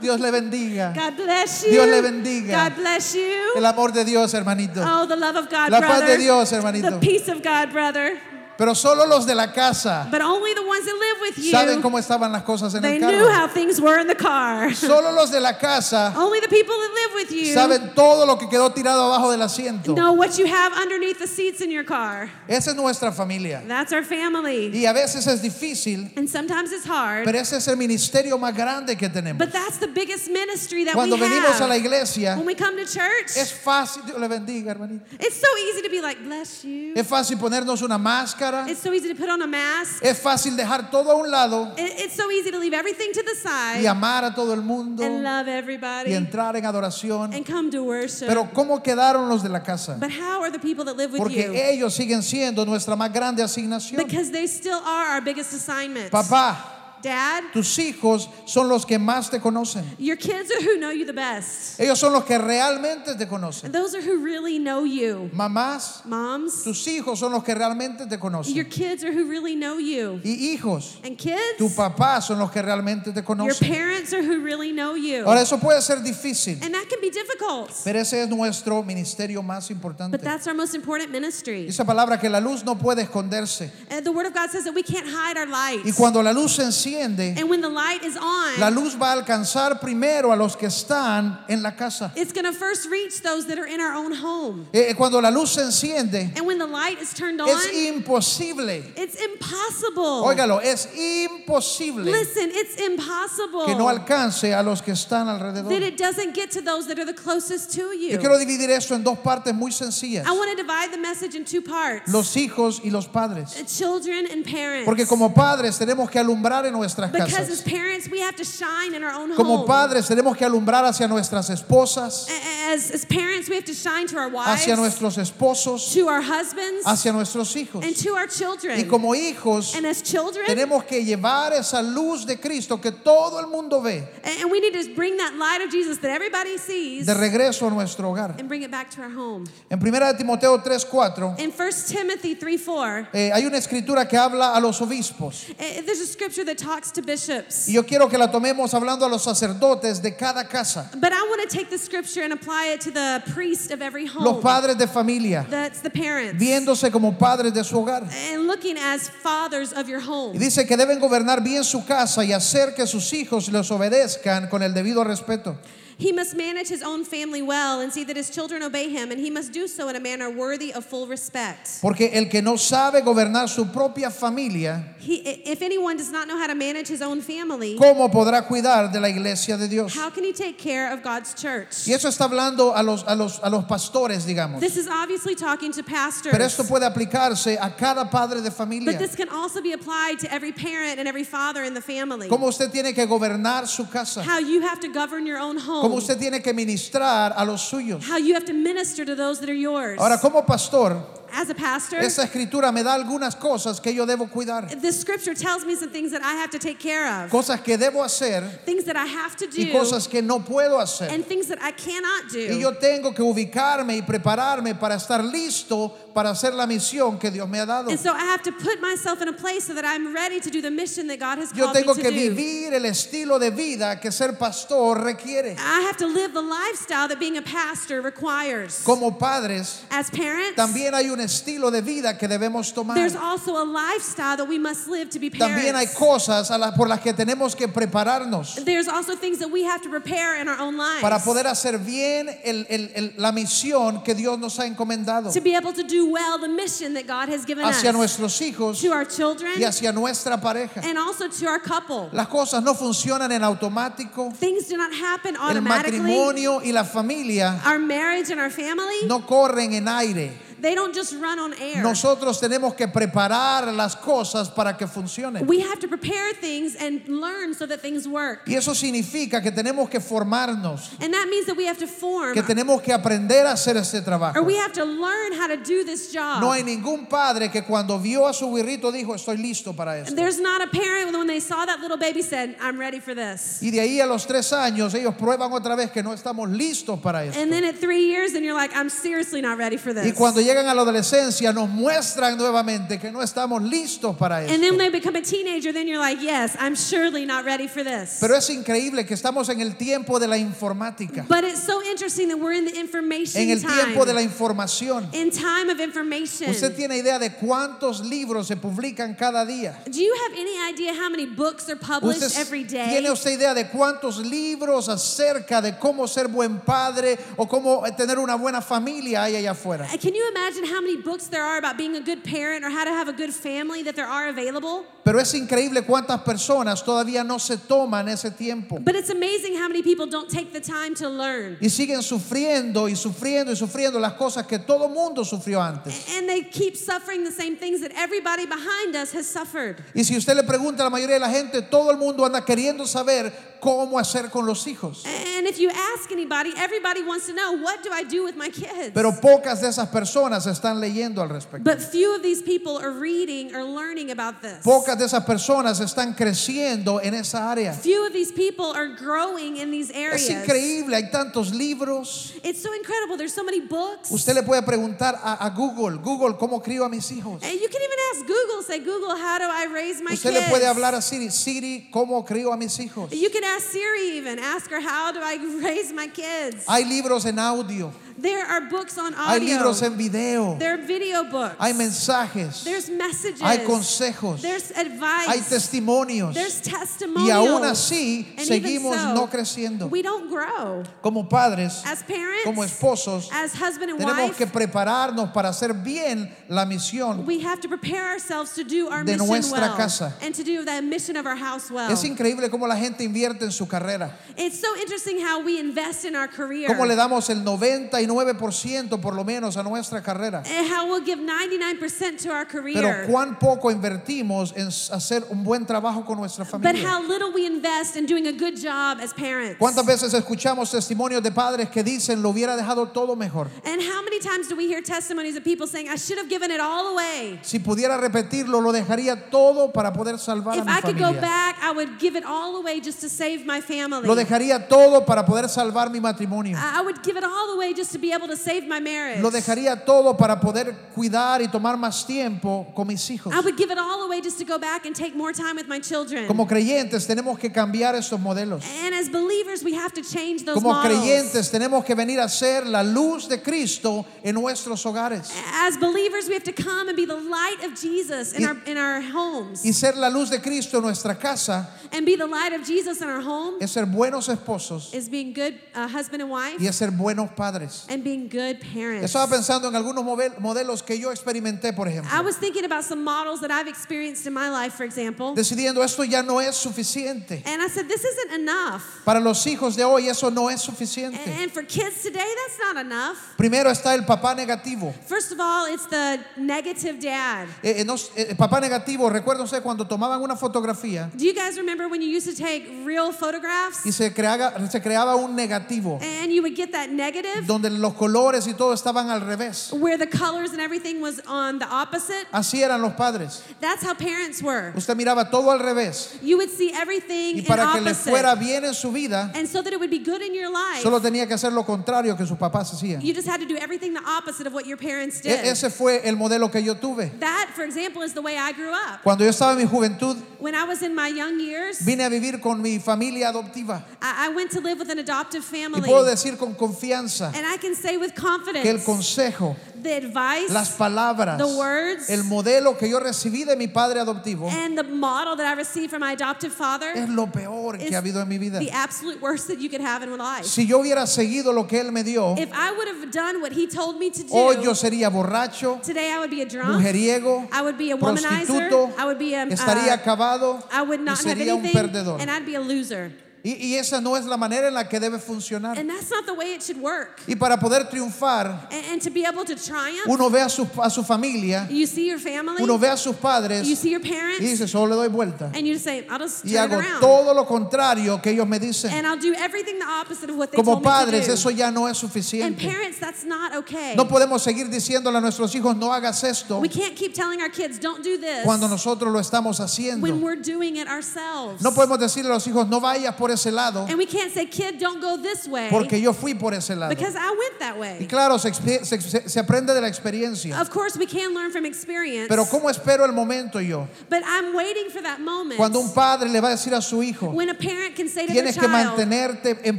[SPEAKER 1] Dios le bendiga.
[SPEAKER 2] God bless you.
[SPEAKER 1] Dios le bendiga.
[SPEAKER 2] God bless you.
[SPEAKER 1] El amor de Dios, hermanito.
[SPEAKER 2] Oh, the love of God,
[SPEAKER 1] La paz
[SPEAKER 2] brother.
[SPEAKER 1] de Dios, hermanito.
[SPEAKER 2] The peace of God, brother.
[SPEAKER 1] Pero solo los de la casa
[SPEAKER 2] But only the ones that live with you,
[SPEAKER 1] saben cómo estaban las cosas en
[SPEAKER 2] they
[SPEAKER 1] el
[SPEAKER 2] knew
[SPEAKER 1] carro.
[SPEAKER 2] how things were in the car.
[SPEAKER 1] Solo los de la casa
[SPEAKER 2] only the people that live with you
[SPEAKER 1] saben todo lo que quedó tirado abajo del asiento.
[SPEAKER 2] know what you have underneath the seats in your car.
[SPEAKER 1] Esa es nuestra familia.
[SPEAKER 2] That's our family.
[SPEAKER 1] Y a veces es difícil,
[SPEAKER 2] And sometimes it's hard,
[SPEAKER 1] pero ese es el ministerio más grande que tenemos.
[SPEAKER 2] but that's the biggest ministry that
[SPEAKER 1] Cuando
[SPEAKER 2] we
[SPEAKER 1] venimos
[SPEAKER 2] have.
[SPEAKER 1] a la iglesia,
[SPEAKER 2] when we come to church,
[SPEAKER 1] es fácil, Dios le bendiga, hermanito.
[SPEAKER 2] it's so easy to be like, bless you.
[SPEAKER 1] Es fácil ponernos una máscara,
[SPEAKER 2] It's so easy to put on a mask.
[SPEAKER 1] es fácil dejar todo a un lado
[SPEAKER 2] It- it's so easy to leave everything to the side
[SPEAKER 1] y amar a todo el mundo
[SPEAKER 2] and love
[SPEAKER 1] y
[SPEAKER 2] everybody
[SPEAKER 1] entrar en adoración.
[SPEAKER 2] and come to worship.
[SPEAKER 1] Pero ¿cómo quedaron los de la casa?
[SPEAKER 2] But how are the people that live with you?
[SPEAKER 1] Porque ellos siguen siendo nuestra más grande asignación.
[SPEAKER 2] Because they still are our biggest assignment.
[SPEAKER 1] Papá,
[SPEAKER 2] Dad,
[SPEAKER 1] tus hijos son los que más te conocen.
[SPEAKER 2] your kids are who know you the best.
[SPEAKER 1] Ellos son los que realmente te conocen.
[SPEAKER 2] Those are who really know you.
[SPEAKER 1] Mamás,
[SPEAKER 2] Moms,
[SPEAKER 1] tus hijos son los que realmente te
[SPEAKER 2] your
[SPEAKER 1] conocen.
[SPEAKER 2] kids are who really know you.
[SPEAKER 1] Y hijos,
[SPEAKER 2] And
[SPEAKER 1] tu
[SPEAKER 2] kids,
[SPEAKER 1] papá son los que realmente te
[SPEAKER 2] your
[SPEAKER 1] conocen.
[SPEAKER 2] parents are who really know you.
[SPEAKER 1] Ahora, eso puede ser difícil,
[SPEAKER 2] And that can be difficult.
[SPEAKER 1] pero ese es nuestro ministerio más
[SPEAKER 2] But
[SPEAKER 1] importante.
[SPEAKER 2] that's our most important ministry.
[SPEAKER 1] Dice la palabra que la luz no puede esconderse.
[SPEAKER 2] And the Word of God says that we can't hide our light.
[SPEAKER 1] Y cuando la luz se enciende,
[SPEAKER 2] And when the light is
[SPEAKER 1] la
[SPEAKER 2] on,
[SPEAKER 1] luz va a alcanzar primero a los que están en la casa.
[SPEAKER 2] it's going to first reach those that are in our own home.
[SPEAKER 1] Eh, cuando la luz se enciende,
[SPEAKER 2] And when the light is turned on,
[SPEAKER 1] es imposible.
[SPEAKER 2] it's impossible.
[SPEAKER 1] Óigalo, es imposible
[SPEAKER 2] Listen, it's impossible
[SPEAKER 1] que no alcance a los que están alrededor.
[SPEAKER 2] that it doesn't get to those that are the closest to you.
[SPEAKER 1] Yo quiero dividir esto en dos partes muy sencillas.
[SPEAKER 2] I want to divide the message in two parts Uh,
[SPEAKER 1] Los hijos y los padres.
[SPEAKER 2] children and parents.
[SPEAKER 1] Porque como padres tenemos que alumbrar en nuestras
[SPEAKER 2] because as
[SPEAKER 1] casas.
[SPEAKER 2] parents, we have to shine in our own
[SPEAKER 1] Como
[SPEAKER 2] home.
[SPEAKER 1] padres tenemos que alumbrar hacia nuestras esposas,
[SPEAKER 2] A- as, as parents, we have to shine to our wives,
[SPEAKER 1] hacia nuestros esposos,
[SPEAKER 2] to our husbands,
[SPEAKER 1] hacia nuestros hijos.
[SPEAKER 2] and to our children.
[SPEAKER 1] Y como hijos
[SPEAKER 2] and as children,
[SPEAKER 1] tenemos que llevar esa luz de Cristo que todo el mundo ve
[SPEAKER 2] a- and we need to bring that light of Jesus that everybody sees
[SPEAKER 1] de regreso a nuestro hogar.
[SPEAKER 2] and bring it back to our home.
[SPEAKER 1] En 1 Timoteo 3:4
[SPEAKER 2] In 1 Timothy 3 4,
[SPEAKER 1] eh, hay una escritura que habla a los obispos.
[SPEAKER 2] eh, there's a scripture that talks to bishops.
[SPEAKER 1] Y yo quiero que la tomemos hablando a los sacerdotes de cada casa,
[SPEAKER 2] But I want to take the scripture and apply it to the priest of every home.
[SPEAKER 1] los padres de familia,
[SPEAKER 2] That's the parents.
[SPEAKER 1] viéndose como padres de su hogar.
[SPEAKER 2] And looking as fathers of your
[SPEAKER 1] Y
[SPEAKER 2] home.
[SPEAKER 1] dice que deben gobernar bien su casa y hacer que sus hijos les obedezcan con el debido respeto.
[SPEAKER 2] He must manage his own family well and see that his children obey him, and he must do so in a manner worthy of full respect.
[SPEAKER 1] Porque el que no sabe gobernar su propia familia,
[SPEAKER 2] He, if anyone does not know how to manage his own family,
[SPEAKER 1] ¿cómo podrá cuidar de la iglesia de Dios?
[SPEAKER 2] how can he take care of God's church?
[SPEAKER 1] Y eso está hablando a los, a los, a los pastores, digamos.
[SPEAKER 2] This is obviously talking to pastors.
[SPEAKER 1] Pero esto puede aplicarse a cada padre de
[SPEAKER 2] But
[SPEAKER 1] familia.
[SPEAKER 2] this can also be applied to every parent and every father in the family.
[SPEAKER 1] Cómo usted tiene que gobernar su casa.
[SPEAKER 2] How you have to govern your own home.
[SPEAKER 1] Cómo usted tiene que ministrar a los suyos.
[SPEAKER 2] How you have to minister to those that are yours.
[SPEAKER 1] Ahora, como pastor,
[SPEAKER 2] As a pastor,
[SPEAKER 1] Esa escritura me da algunas cosas que yo debo cuidar,
[SPEAKER 2] this scripture tells me some things that I have to take care of,
[SPEAKER 1] cosas que debo hacer
[SPEAKER 2] things that I have to
[SPEAKER 1] y
[SPEAKER 2] do,
[SPEAKER 1] cosas que no puedo hacer.
[SPEAKER 2] and things that I cannot
[SPEAKER 1] Y
[SPEAKER 2] do.
[SPEAKER 1] yo tengo que ubicarme y prepararme para estar listo para hacer la misión que Dios me ha dado.
[SPEAKER 2] And so I have to put myself in a place so that I'm ready to do the mission that God has
[SPEAKER 1] Yo
[SPEAKER 2] called
[SPEAKER 1] tengo
[SPEAKER 2] me
[SPEAKER 1] que
[SPEAKER 2] to do.
[SPEAKER 1] vivir el estilo de vida que ser pastor requiere.
[SPEAKER 2] I have to live the lifestyle that being a pastor requires.
[SPEAKER 1] Como padres,
[SPEAKER 2] As parents,
[SPEAKER 1] también hay un estilo de vida que debemos tomar.
[SPEAKER 2] there's also a lifestyle that we must live to be parents.
[SPEAKER 1] También hay cosas a las- por las que tenemos que prepararnos
[SPEAKER 2] There's also things that we have to prepare in our own lives
[SPEAKER 1] para poder hacer bien el- el- el- la misión que Dios nos ha encomendado
[SPEAKER 2] to be able to do well the mission that God has given
[SPEAKER 1] hacia
[SPEAKER 2] us
[SPEAKER 1] nuestros hijos
[SPEAKER 2] to our children
[SPEAKER 1] y hacia nuestra pareja.
[SPEAKER 2] and also to our couple.
[SPEAKER 1] Las cosas no funcionan en automático.
[SPEAKER 2] Things do not happen
[SPEAKER 1] El
[SPEAKER 2] automatically.
[SPEAKER 1] matrimonio y la familia
[SPEAKER 2] Our marriage and our family,
[SPEAKER 1] no corren en aire.
[SPEAKER 2] they don't just run on air.
[SPEAKER 1] Nosotros tenemos que preparar las cosas para que funcionen.
[SPEAKER 2] We have to prepare things and learn so that things work.
[SPEAKER 1] Y eso significa que tenemos que formarnos,
[SPEAKER 2] And that means that we have to form
[SPEAKER 1] que tenemos que aprender a hacer este trabajo.
[SPEAKER 2] or we have to learn how to do this job.
[SPEAKER 1] No hay ningún padre que cuando vio a su birrito dijo, estoy listo para esto.
[SPEAKER 2] There's not a parent when they saw that little baby said, I'm ready for this.
[SPEAKER 1] Y de ahí a los tres años ellos prueban otra vez que no estamos listos para esto.
[SPEAKER 2] And then at three years, and you're like, I'm seriously not ready for
[SPEAKER 1] Y
[SPEAKER 2] this.
[SPEAKER 1] cuando llegan a la adolescencia nos muestran nuevamente que no estamos listos para
[SPEAKER 2] And then
[SPEAKER 1] esto.
[SPEAKER 2] when they become a teenager, then you're like, yes, I'm surely not ready for this.
[SPEAKER 1] Pero es increíble que estamos en el tiempo de la informática,
[SPEAKER 2] but it's so interesting that we're in the information
[SPEAKER 1] en el
[SPEAKER 2] time.
[SPEAKER 1] tiempo de la información.
[SPEAKER 2] in time of information.
[SPEAKER 1] ¿Usted tiene idea de cuántos libros se publican cada día?
[SPEAKER 2] Do you have any idea how many books are published
[SPEAKER 1] ¿Usted
[SPEAKER 2] every day?
[SPEAKER 1] tiene usted idea de cuántos libros acerca de cómo ser buen padre o cómo tener una buena familia hay allá afuera?
[SPEAKER 2] Uh, Can you imagine how many books there are about being a good parent or how to have a good family that there are available?
[SPEAKER 1] Pero es increíble cuántas personas todavía no se toman ese tiempo
[SPEAKER 2] But it's amazing how many people don't take the time to learn.
[SPEAKER 1] y siguen sufriendo y sufriendo y sufriendo las cosas que todo mundo sufrió antes.
[SPEAKER 2] And they keep suffering the same things that everybody behind us has suffered.
[SPEAKER 1] Y si usted le pregunta a la mayoría de la gente, todo el mundo anda queriendo saber cómo hacer con los hijos.
[SPEAKER 2] And if you ask anybody, everybody wants to know, what do I do with my kids?
[SPEAKER 1] Pero pocas de esas personas están leyendo al respecto.
[SPEAKER 2] but few of these people are reading or learning about this.
[SPEAKER 1] Pocas de esas personas están creciendo en esa área.
[SPEAKER 2] Few of these people are growing in these areas.
[SPEAKER 1] Es increíble, hay tantos libros.
[SPEAKER 2] It's so incredible. There's so many books.
[SPEAKER 1] Usted le puede preguntar a, a Google, Google, ¿cómo crío a mis hijos?
[SPEAKER 2] And you can even ask Google, say, Google, how do I raise my
[SPEAKER 1] Usted
[SPEAKER 2] kids?
[SPEAKER 1] le puede hablar a Siri, Siri, ¿cómo crío a mis hijos?
[SPEAKER 2] You can ask Siri even, ask her, how do I raise my kids?
[SPEAKER 1] Hay libros en audio,
[SPEAKER 2] there are books on
[SPEAKER 1] hay
[SPEAKER 2] audio.
[SPEAKER 1] libros en video,
[SPEAKER 2] there are video books.
[SPEAKER 1] hay mensajes,
[SPEAKER 2] There's messages.
[SPEAKER 1] hay consejos,
[SPEAKER 2] There's advice.
[SPEAKER 1] hay testimonios.
[SPEAKER 2] There's testimonials.
[SPEAKER 1] Y aún así
[SPEAKER 2] And
[SPEAKER 1] seguimos
[SPEAKER 2] even so,
[SPEAKER 1] no creciendo.
[SPEAKER 2] We don't grow.
[SPEAKER 1] Como padres,
[SPEAKER 2] As parents,
[SPEAKER 1] como esposos,
[SPEAKER 2] as husband and
[SPEAKER 1] tenemos
[SPEAKER 2] wife,
[SPEAKER 1] que prepararnos para hacer bien la misión.
[SPEAKER 2] we have to prepare ourselves to do our
[SPEAKER 1] de
[SPEAKER 2] mission
[SPEAKER 1] nuestra
[SPEAKER 2] well
[SPEAKER 1] casa.
[SPEAKER 2] and to do that mission of our house well.
[SPEAKER 1] Es increíble cómo la gente invierte en su carrera,
[SPEAKER 2] it's so interesting how we invest in our career.
[SPEAKER 1] cómo le damos el 99% por lo menos a nuestra carrera.
[SPEAKER 2] and how we'll give 99% to our career.
[SPEAKER 1] Pero cuán poco invertimos en s- hacer un buen trabajo con nuestra
[SPEAKER 2] but
[SPEAKER 1] familia.
[SPEAKER 2] how little we invest in doing a good job as parents.
[SPEAKER 1] ¿Cuántas veces escuchamos testimonios de padres que dicen lo hubiera dejado todo mejor?
[SPEAKER 2] and how many times do we hear testimonies of people saying, I should have given it all away?
[SPEAKER 1] Si pudiera repetirlo, lo dejaría todo para poder salvar a
[SPEAKER 2] If
[SPEAKER 1] mi
[SPEAKER 2] I could go
[SPEAKER 1] familia.
[SPEAKER 2] back, I would give it all away just to save my family.
[SPEAKER 1] Lo dejaría todo para poder salvar mi matrimonio.
[SPEAKER 2] I I would give it all away just to be able to save my marriage.
[SPEAKER 1] Lo dejaría todo para poder cuidar y tomar más tiempo con mis hijos.
[SPEAKER 2] I would give it all away just to go back and take more time with my children.
[SPEAKER 1] Como creyentes tenemos que cambiar estos modelos.
[SPEAKER 2] and as believers, we have to change those
[SPEAKER 1] Como
[SPEAKER 2] models.
[SPEAKER 1] creyentes tenemos que venir a ser la luz de Cristo en nuestros hogares
[SPEAKER 2] As believers, we have to come and be the light of Jesus in
[SPEAKER 1] Y-
[SPEAKER 2] our in our homes.
[SPEAKER 1] y ser la luz de Cristo en nuestra casa
[SPEAKER 2] and be the light of Jesus in our home
[SPEAKER 1] es ser buenos esposos
[SPEAKER 2] is being good uh, husband and wife
[SPEAKER 1] y es ser buenos padres.
[SPEAKER 2] and being good parents.
[SPEAKER 1] Estaba pensando en algunos movel- modelos que yo experimenté, por ejemplo,
[SPEAKER 2] I was thinking about some models that I've experienced in my life, for example,
[SPEAKER 1] decidiendo esto ya no es suficiente.
[SPEAKER 2] and I said, this isn't enough.
[SPEAKER 1] Para los hijos de hoy eso no es
[SPEAKER 2] And,
[SPEAKER 1] suficiente.
[SPEAKER 2] and for kids today, that's not enough.
[SPEAKER 1] Primero está el papá negativo.
[SPEAKER 2] First of all, it's the negative dad.
[SPEAKER 1] Eh, eh, no- eh, papá negativo, recuerden ustedes cuando tomaban una fotografía
[SPEAKER 2] Do you guys remember when you used to take real
[SPEAKER 1] y
[SPEAKER 2] photographs
[SPEAKER 1] se creaba, se creaba un negativo
[SPEAKER 2] and you would get that negative?
[SPEAKER 1] donde los colores y todo estaban al revés.
[SPEAKER 2] where the colors and everything was on the opposite.
[SPEAKER 1] Así eran los padres.
[SPEAKER 2] That's how parents were.
[SPEAKER 1] Usted miraba todo al revés.
[SPEAKER 2] You would see everything
[SPEAKER 1] Y
[SPEAKER 2] in
[SPEAKER 1] para que le
[SPEAKER 2] opposite.
[SPEAKER 1] fuera bien en su vida,
[SPEAKER 2] and so that it would be good in your life,
[SPEAKER 1] solo tenía que hacer lo contrario que sus papás hacían.
[SPEAKER 2] you just had to do everything the opposite of what your parents
[SPEAKER 1] E-
[SPEAKER 2] did.
[SPEAKER 1] ese fue el modelo que yo tuve.
[SPEAKER 2] that, for example, is the way I grew up.
[SPEAKER 1] Cuando yo estaba en mi juventud,
[SPEAKER 2] When I was in my young years,
[SPEAKER 1] vine a vivir con mi familia adoptiva.
[SPEAKER 2] I, I went to live with an adoptive
[SPEAKER 1] Y
[SPEAKER 2] family.
[SPEAKER 1] puedo decir con confianza
[SPEAKER 2] and I can say with
[SPEAKER 1] que el
[SPEAKER 2] confidence
[SPEAKER 1] consejo,
[SPEAKER 2] the advice
[SPEAKER 1] las palabras,
[SPEAKER 2] The words.
[SPEAKER 1] el modelo que yo recibí de mi padre adoptivo
[SPEAKER 2] and the model that I received from my adoptive father
[SPEAKER 1] es lo peor
[SPEAKER 2] is
[SPEAKER 1] que ha habido en mi vida.
[SPEAKER 2] the absolute worst that you could have in life.
[SPEAKER 1] Si yo hubiera seguido lo que él me dio,
[SPEAKER 2] if I would have done what he told me to do,
[SPEAKER 1] hoy Oh, yo sería borracho,
[SPEAKER 2] today I would be a drunk,
[SPEAKER 1] mujeriego,
[SPEAKER 2] I would be a
[SPEAKER 1] prostituto,
[SPEAKER 2] womanizer, I would be a,
[SPEAKER 1] estaría
[SPEAKER 2] uh,
[SPEAKER 1] acabado
[SPEAKER 2] I would
[SPEAKER 1] y
[SPEAKER 2] not have
[SPEAKER 1] sería un
[SPEAKER 2] anything,
[SPEAKER 1] perdedor.
[SPEAKER 2] and I'd be a loser.
[SPEAKER 1] Y, y esa no es la manera en la que debe funcionar.
[SPEAKER 2] And that's not the way it should work.
[SPEAKER 1] Y para poder triunfar,
[SPEAKER 2] And, and to be able to triumph,
[SPEAKER 1] uno ve a su, a su familia,
[SPEAKER 2] you see your family,
[SPEAKER 1] uno ve a sus
[SPEAKER 2] you
[SPEAKER 1] padres
[SPEAKER 2] see your
[SPEAKER 1] y
[SPEAKER 2] parents,
[SPEAKER 1] dice, solo le doy vuelta.
[SPEAKER 2] and you just say, I'll just
[SPEAKER 1] Y
[SPEAKER 2] turn it
[SPEAKER 1] hago
[SPEAKER 2] around.
[SPEAKER 1] todo lo contrario que ellos me dicen.
[SPEAKER 2] and I'll do everything the opposite of what they
[SPEAKER 1] Como
[SPEAKER 2] told
[SPEAKER 1] padres,
[SPEAKER 2] me to do.
[SPEAKER 1] eso ya no es
[SPEAKER 2] and
[SPEAKER 1] suficiente.
[SPEAKER 2] parents, that's not okay.
[SPEAKER 1] No podemos seguir diciéndole a nuestros hijos, no hagas esto,
[SPEAKER 2] we can't keep telling our kids, don't do this
[SPEAKER 1] cuando nosotros lo estamos haciendo.
[SPEAKER 2] when we're doing it ourselves.
[SPEAKER 1] No podemos decirle a los hijos, no vayas por ese lado,
[SPEAKER 2] and we can't say, kid, don't go this way
[SPEAKER 1] porque yo fui por ese lado.
[SPEAKER 2] because I went that
[SPEAKER 1] Y
[SPEAKER 2] way.
[SPEAKER 1] claro, se, expe- se- se- se aprende de la experiencia.
[SPEAKER 2] Of course, we can learn from experience,
[SPEAKER 1] Pero ¿cómo espero el momento yo?
[SPEAKER 2] but I'm waiting for that moment
[SPEAKER 1] Cuando un padre le va a decir a su hijo,
[SPEAKER 2] when a parent can say to their
[SPEAKER 1] tienes que
[SPEAKER 2] child,
[SPEAKER 1] mantenerte en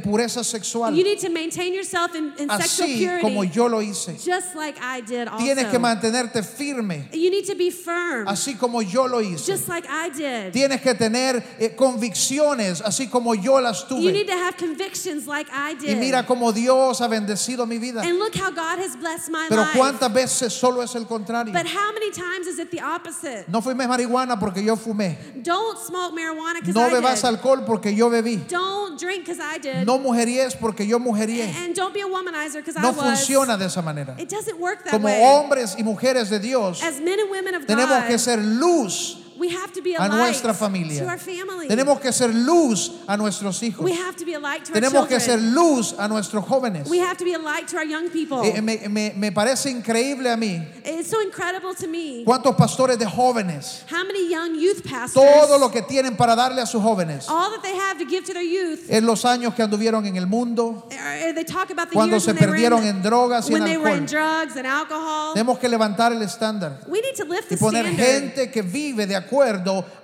[SPEAKER 1] pureza sexual,
[SPEAKER 2] You need to maintain yourself in, in sexual
[SPEAKER 1] así
[SPEAKER 2] purity,
[SPEAKER 1] como yo lo hice.
[SPEAKER 2] just like I did also.
[SPEAKER 1] Tienes que mantenerte firme,
[SPEAKER 2] you need to be firm,
[SPEAKER 1] así como yo lo hice.
[SPEAKER 2] just like I did.
[SPEAKER 1] Tienes que tener eh, convicciones, así como yo las
[SPEAKER 2] You
[SPEAKER 1] tuve.
[SPEAKER 2] need to have convictions like
[SPEAKER 1] Y
[SPEAKER 2] I did.
[SPEAKER 1] mira cómo Dios ha bendecido mi vida.
[SPEAKER 2] and look how God has blessed my
[SPEAKER 1] Pero
[SPEAKER 2] life.
[SPEAKER 1] cuántas veces solo es el contrario.
[SPEAKER 2] But how many times is it the opposite?
[SPEAKER 1] No fumes marihuana porque yo fumé.
[SPEAKER 2] Don't smoke marijuana because
[SPEAKER 1] No
[SPEAKER 2] I
[SPEAKER 1] bebas
[SPEAKER 2] did.
[SPEAKER 1] alcohol porque yo bebí.
[SPEAKER 2] Don't drink because I did.
[SPEAKER 1] No mujeríes porque yo mujerié.
[SPEAKER 2] And don't be a womanizer because I
[SPEAKER 1] No
[SPEAKER 2] was.
[SPEAKER 1] funciona de esa manera.
[SPEAKER 2] It doesn't work that
[SPEAKER 1] Como
[SPEAKER 2] way.
[SPEAKER 1] hombres y mujeres de Dios,
[SPEAKER 2] As men and women of
[SPEAKER 1] tenemos
[SPEAKER 2] God,
[SPEAKER 1] que ser luz
[SPEAKER 2] we have to be a
[SPEAKER 1] a
[SPEAKER 2] light
[SPEAKER 1] nuestra
[SPEAKER 2] to our
[SPEAKER 1] familia.
[SPEAKER 2] family.
[SPEAKER 1] Tenemos que ser luz a nuestros hijos.
[SPEAKER 2] we have to be a light to our
[SPEAKER 1] Tenemos que
[SPEAKER 2] children.
[SPEAKER 1] ser luz a nuestros jóvenes.
[SPEAKER 2] We have to be a light to our young people.
[SPEAKER 1] Eh, me, me- me parece increíble a mí
[SPEAKER 2] It's so incredible to me
[SPEAKER 1] cuántos pastores de jóvenes,
[SPEAKER 2] how many young youth pastors,
[SPEAKER 1] todo lo que tienen para darle a sus jóvenes,
[SPEAKER 2] all that they have to give to their youth,
[SPEAKER 1] en los años que anduvieron en el mundo,
[SPEAKER 2] eh, they talk about the
[SPEAKER 1] cuando
[SPEAKER 2] years
[SPEAKER 1] se
[SPEAKER 2] when, they were,
[SPEAKER 1] perdieron
[SPEAKER 2] in,
[SPEAKER 1] en drogas y en
[SPEAKER 2] when they were in
[SPEAKER 1] alcohol.
[SPEAKER 2] drugs and alcohol.
[SPEAKER 1] Tenemos que levantar el estándar
[SPEAKER 2] We need to lift
[SPEAKER 1] y
[SPEAKER 2] the
[SPEAKER 1] poner
[SPEAKER 2] standard
[SPEAKER 1] gente que vive de acuerdo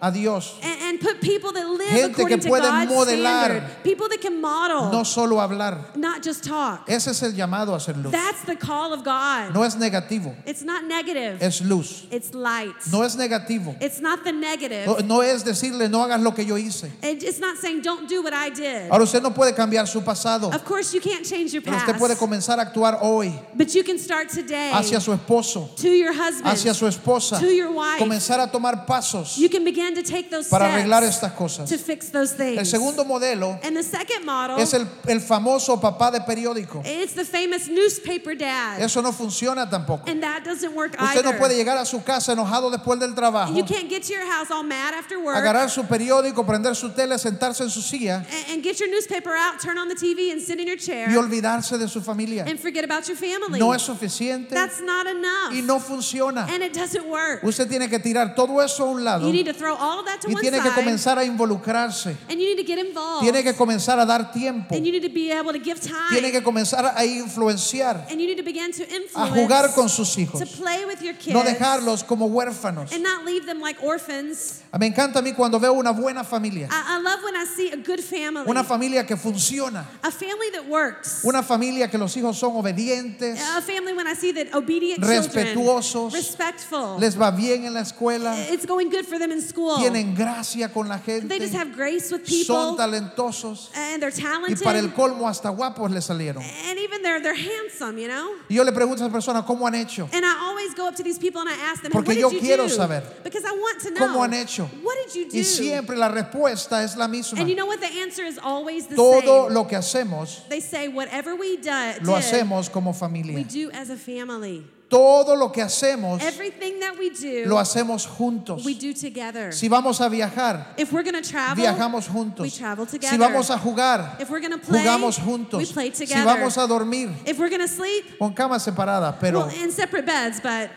[SPEAKER 1] a Dios,
[SPEAKER 2] and, and put people that live
[SPEAKER 1] Gente que
[SPEAKER 2] according to
[SPEAKER 1] puede
[SPEAKER 2] God's
[SPEAKER 1] modelar.
[SPEAKER 2] standard, people that can model,
[SPEAKER 1] no solo hablar.
[SPEAKER 2] not just talk.
[SPEAKER 1] Ese es el llamado a ser luz.
[SPEAKER 2] That's the call of God.
[SPEAKER 1] No es negativo,
[SPEAKER 2] It's not negative.
[SPEAKER 1] es luz.
[SPEAKER 2] it's light.
[SPEAKER 1] No es negativo.
[SPEAKER 2] it's not the negative.
[SPEAKER 1] No, no es decirle no hagas lo que yo hice.
[SPEAKER 2] It- it's not saying don't do what I did.
[SPEAKER 1] Ahora usted no puede cambiar su pasado,
[SPEAKER 2] of course, you can't change your
[SPEAKER 1] pero
[SPEAKER 2] past.
[SPEAKER 1] usted puede comenzar a actuar hoy
[SPEAKER 2] But you can start today
[SPEAKER 1] hacia su esposo,
[SPEAKER 2] to your husband.
[SPEAKER 1] hacia su esposa,
[SPEAKER 2] To your wife.
[SPEAKER 1] comenzar a tomar pasos
[SPEAKER 2] you can begin to take those
[SPEAKER 1] para
[SPEAKER 2] steps
[SPEAKER 1] arreglar estas cosas.
[SPEAKER 2] to fix those things.
[SPEAKER 1] El segundo modelo
[SPEAKER 2] and the second model
[SPEAKER 1] es el, el famoso papá de periódico.
[SPEAKER 2] it's the famous newspaper dad.
[SPEAKER 1] Eso no funciona tampoco.
[SPEAKER 2] and that doesn't work
[SPEAKER 1] Usted
[SPEAKER 2] either.
[SPEAKER 1] no puede llegar a su casa enojado después del trabajo,
[SPEAKER 2] you can't get to your house all mad after work
[SPEAKER 1] agarrar su periódico, prender su tele, sentarse en su silla
[SPEAKER 2] and, and get your newspaper out, turn on the TV, and sit in your chair
[SPEAKER 1] y olvidarse de su familia.
[SPEAKER 2] and forget about your family.
[SPEAKER 1] No es suficiente
[SPEAKER 2] That's not enough.
[SPEAKER 1] y no funciona.
[SPEAKER 2] and it doesn't work.
[SPEAKER 1] Usted tiene que tirar todo eso a un lado
[SPEAKER 2] You need
[SPEAKER 1] y
[SPEAKER 2] to throw all of that to one
[SPEAKER 1] tiene que
[SPEAKER 2] side.
[SPEAKER 1] comenzar a involucrarse.
[SPEAKER 2] and you need to get involved.
[SPEAKER 1] Tiene que comenzar a dar tiempo.
[SPEAKER 2] and you need to be able to give time.
[SPEAKER 1] Tiene que comenzar a influenciar,
[SPEAKER 2] and you need to begin to
[SPEAKER 1] a
[SPEAKER 2] influence
[SPEAKER 1] jugar con sus hijos.
[SPEAKER 2] to play with your kids
[SPEAKER 1] No dejarlos como huérfanos. Ah,
[SPEAKER 2] and not leave them like orphans.
[SPEAKER 1] Me encanta a mí cuando veo una buena familia,
[SPEAKER 2] I, I love when I see a good family,
[SPEAKER 1] una familia que funciona.
[SPEAKER 2] a family that works,
[SPEAKER 1] Una familia que los hijos son obedientes,
[SPEAKER 2] a family when I see that obedient
[SPEAKER 1] Respetuosos.
[SPEAKER 2] children, respectful,
[SPEAKER 1] les va bien en la escuela,
[SPEAKER 2] it's going good for them in school.
[SPEAKER 1] tienen gracia con la
[SPEAKER 2] they just
[SPEAKER 1] gente,
[SPEAKER 2] have grace with
[SPEAKER 1] son
[SPEAKER 2] people
[SPEAKER 1] talentosos
[SPEAKER 2] and they're
[SPEAKER 1] y
[SPEAKER 2] talented
[SPEAKER 1] para el colmo hasta guapos le salieron.
[SPEAKER 2] and even they're they're handsome, you know.
[SPEAKER 1] Y yo le pregunto a esas personas, ¿cómo han hecho?
[SPEAKER 2] And I always go up to these people and I ask them,
[SPEAKER 1] Porque
[SPEAKER 2] "What
[SPEAKER 1] yo
[SPEAKER 2] did you
[SPEAKER 1] quiero
[SPEAKER 2] do?"
[SPEAKER 1] saber.
[SPEAKER 2] Because I want to know.
[SPEAKER 1] ¿Cómo han hecho?
[SPEAKER 2] What did you do?
[SPEAKER 1] Y siempre la respuesta es la misma.
[SPEAKER 2] and you know what? The answer is always the
[SPEAKER 1] Todo
[SPEAKER 2] same.
[SPEAKER 1] lo que hacemos,
[SPEAKER 2] they say, "Whatever we do,
[SPEAKER 1] lo
[SPEAKER 2] did,
[SPEAKER 1] hacemos como
[SPEAKER 2] we
[SPEAKER 1] familia.
[SPEAKER 2] do as a family.
[SPEAKER 1] Todo lo que hacemos
[SPEAKER 2] Everything that we do,
[SPEAKER 1] lo hacemos juntos.
[SPEAKER 2] we do together.
[SPEAKER 1] Si vamos a viajar,
[SPEAKER 2] if we're going to travel,
[SPEAKER 1] viajamos juntos.
[SPEAKER 2] we travel together.
[SPEAKER 1] Si vamos a jugar,
[SPEAKER 2] if we're going to play,
[SPEAKER 1] jugamos
[SPEAKER 2] we
[SPEAKER 1] juntos.
[SPEAKER 2] play together.
[SPEAKER 1] Si vamos a dormir,
[SPEAKER 2] if we're going to sleep,
[SPEAKER 1] con camas separadas, pero
[SPEAKER 2] well, in separate beds, but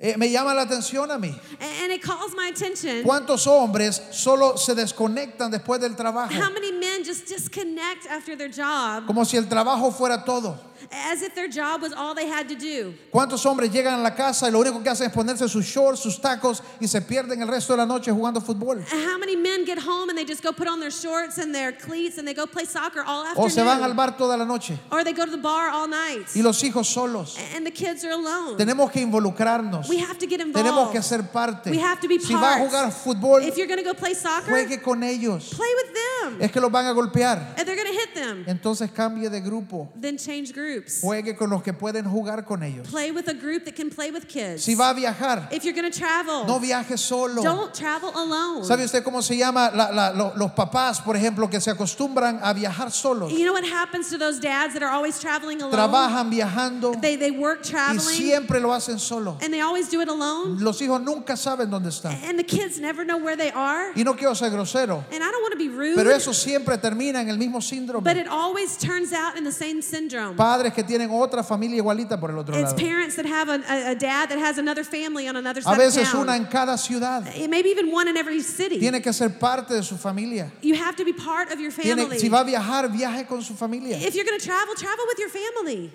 [SPEAKER 1] eh, me llama la atención a mí.
[SPEAKER 2] and- and it calls my attention
[SPEAKER 1] ¿Cuántos hombres solo se desconectan después del trabajo?
[SPEAKER 2] how many men just disconnect after their job
[SPEAKER 1] Como si el trabajo fuera todo.
[SPEAKER 2] as if their job was all they had to do.
[SPEAKER 1] ¿Cuántos hombres llegan a la casa y lo único que hacen es ponerse sus shorts, sus tacos y se pierden el resto de la noche jugando fútbol?
[SPEAKER 2] And How many men get home and they just go put on their shorts and their cleats and they go play soccer all afternoon?
[SPEAKER 1] O se van al bar toda la noche
[SPEAKER 2] Or they go to the bar all night.
[SPEAKER 1] y los hijos solos.
[SPEAKER 2] and the kids are alone.
[SPEAKER 1] Tenemos que involucrarnos.
[SPEAKER 2] we have to get involved.
[SPEAKER 1] Tenemos que ser parte.
[SPEAKER 2] We have to be
[SPEAKER 1] Si va a
[SPEAKER 2] part.
[SPEAKER 1] jugar fútbol,
[SPEAKER 2] if you're going to go play soccer,
[SPEAKER 1] juegue con ellos.
[SPEAKER 2] play with them.
[SPEAKER 1] Es que los van a golpear.
[SPEAKER 2] and they're going to hit them.
[SPEAKER 1] Entonces cambie de grupo.
[SPEAKER 2] then change groups.
[SPEAKER 1] Juegue con los que pueden jugar con ellos.
[SPEAKER 2] play with a group that can play with kids.
[SPEAKER 1] Si va a viajar,
[SPEAKER 2] if you're going to travel,
[SPEAKER 1] no viaje solo.
[SPEAKER 2] don't travel alone.
[SPEAKER 1] ¿Sabe usted cómo se llama la- la- lo- los papás, por ejemplo, que se acostumbran a viajar solos?
[SPEAKER 2] you know what happens to those dads that are always traveling alone?
[SPEAKER 1] Trabajan viajando
[SPEAKER 2] They, they work
[SPEAKER 1] y
[SPEAKER 2] traveling
[SPEAKER 1] siempre lo hacen solo.
[SPEAKER 2] and they always do it alone.
[SPEAKER 1] Los hijos nunca saben dónde están.
[SPEAKER 2] And the kids never know where they are.
[SPEAKER 1] Y no quiero ser grosero,
[SPEAKER 2] And I don't want to be rude,
[SPEAKER 1] pero eso siempre termina en el mismo síndrome.
[SPEAKER 2] but it always turns out in the same syndrome.
[SPEAKER 1] Padres que tienen otra familia igualita por el otro
[SPEAKER 2] It's
[SPEAKER 1] lado.
[SPEAKER 2] parents that have a, a, a dad that has another family on another
[SPEAKER 1] A
[SPEAKER 2] side of
[SPEAKER 1] veces
[SPEAKER 2] town.
[SPEAKER 1] una en cada ciudad.
[SPEAKER 2] Eh, Maybe even one in every city.
[SPEAKER 1] Tiene que ser parte de su familia.
[SPEAKER 2] you have to be part of your
[SPEAKER 1] Tiene-
[SPEAKER 2] family. Eh,
[SPEAKER 1] si va a viajar, viaje con su familia.
[SPEAKER 2] if you're going to travel, travel with your family.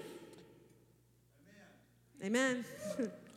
[SPEAKER 2] Amen.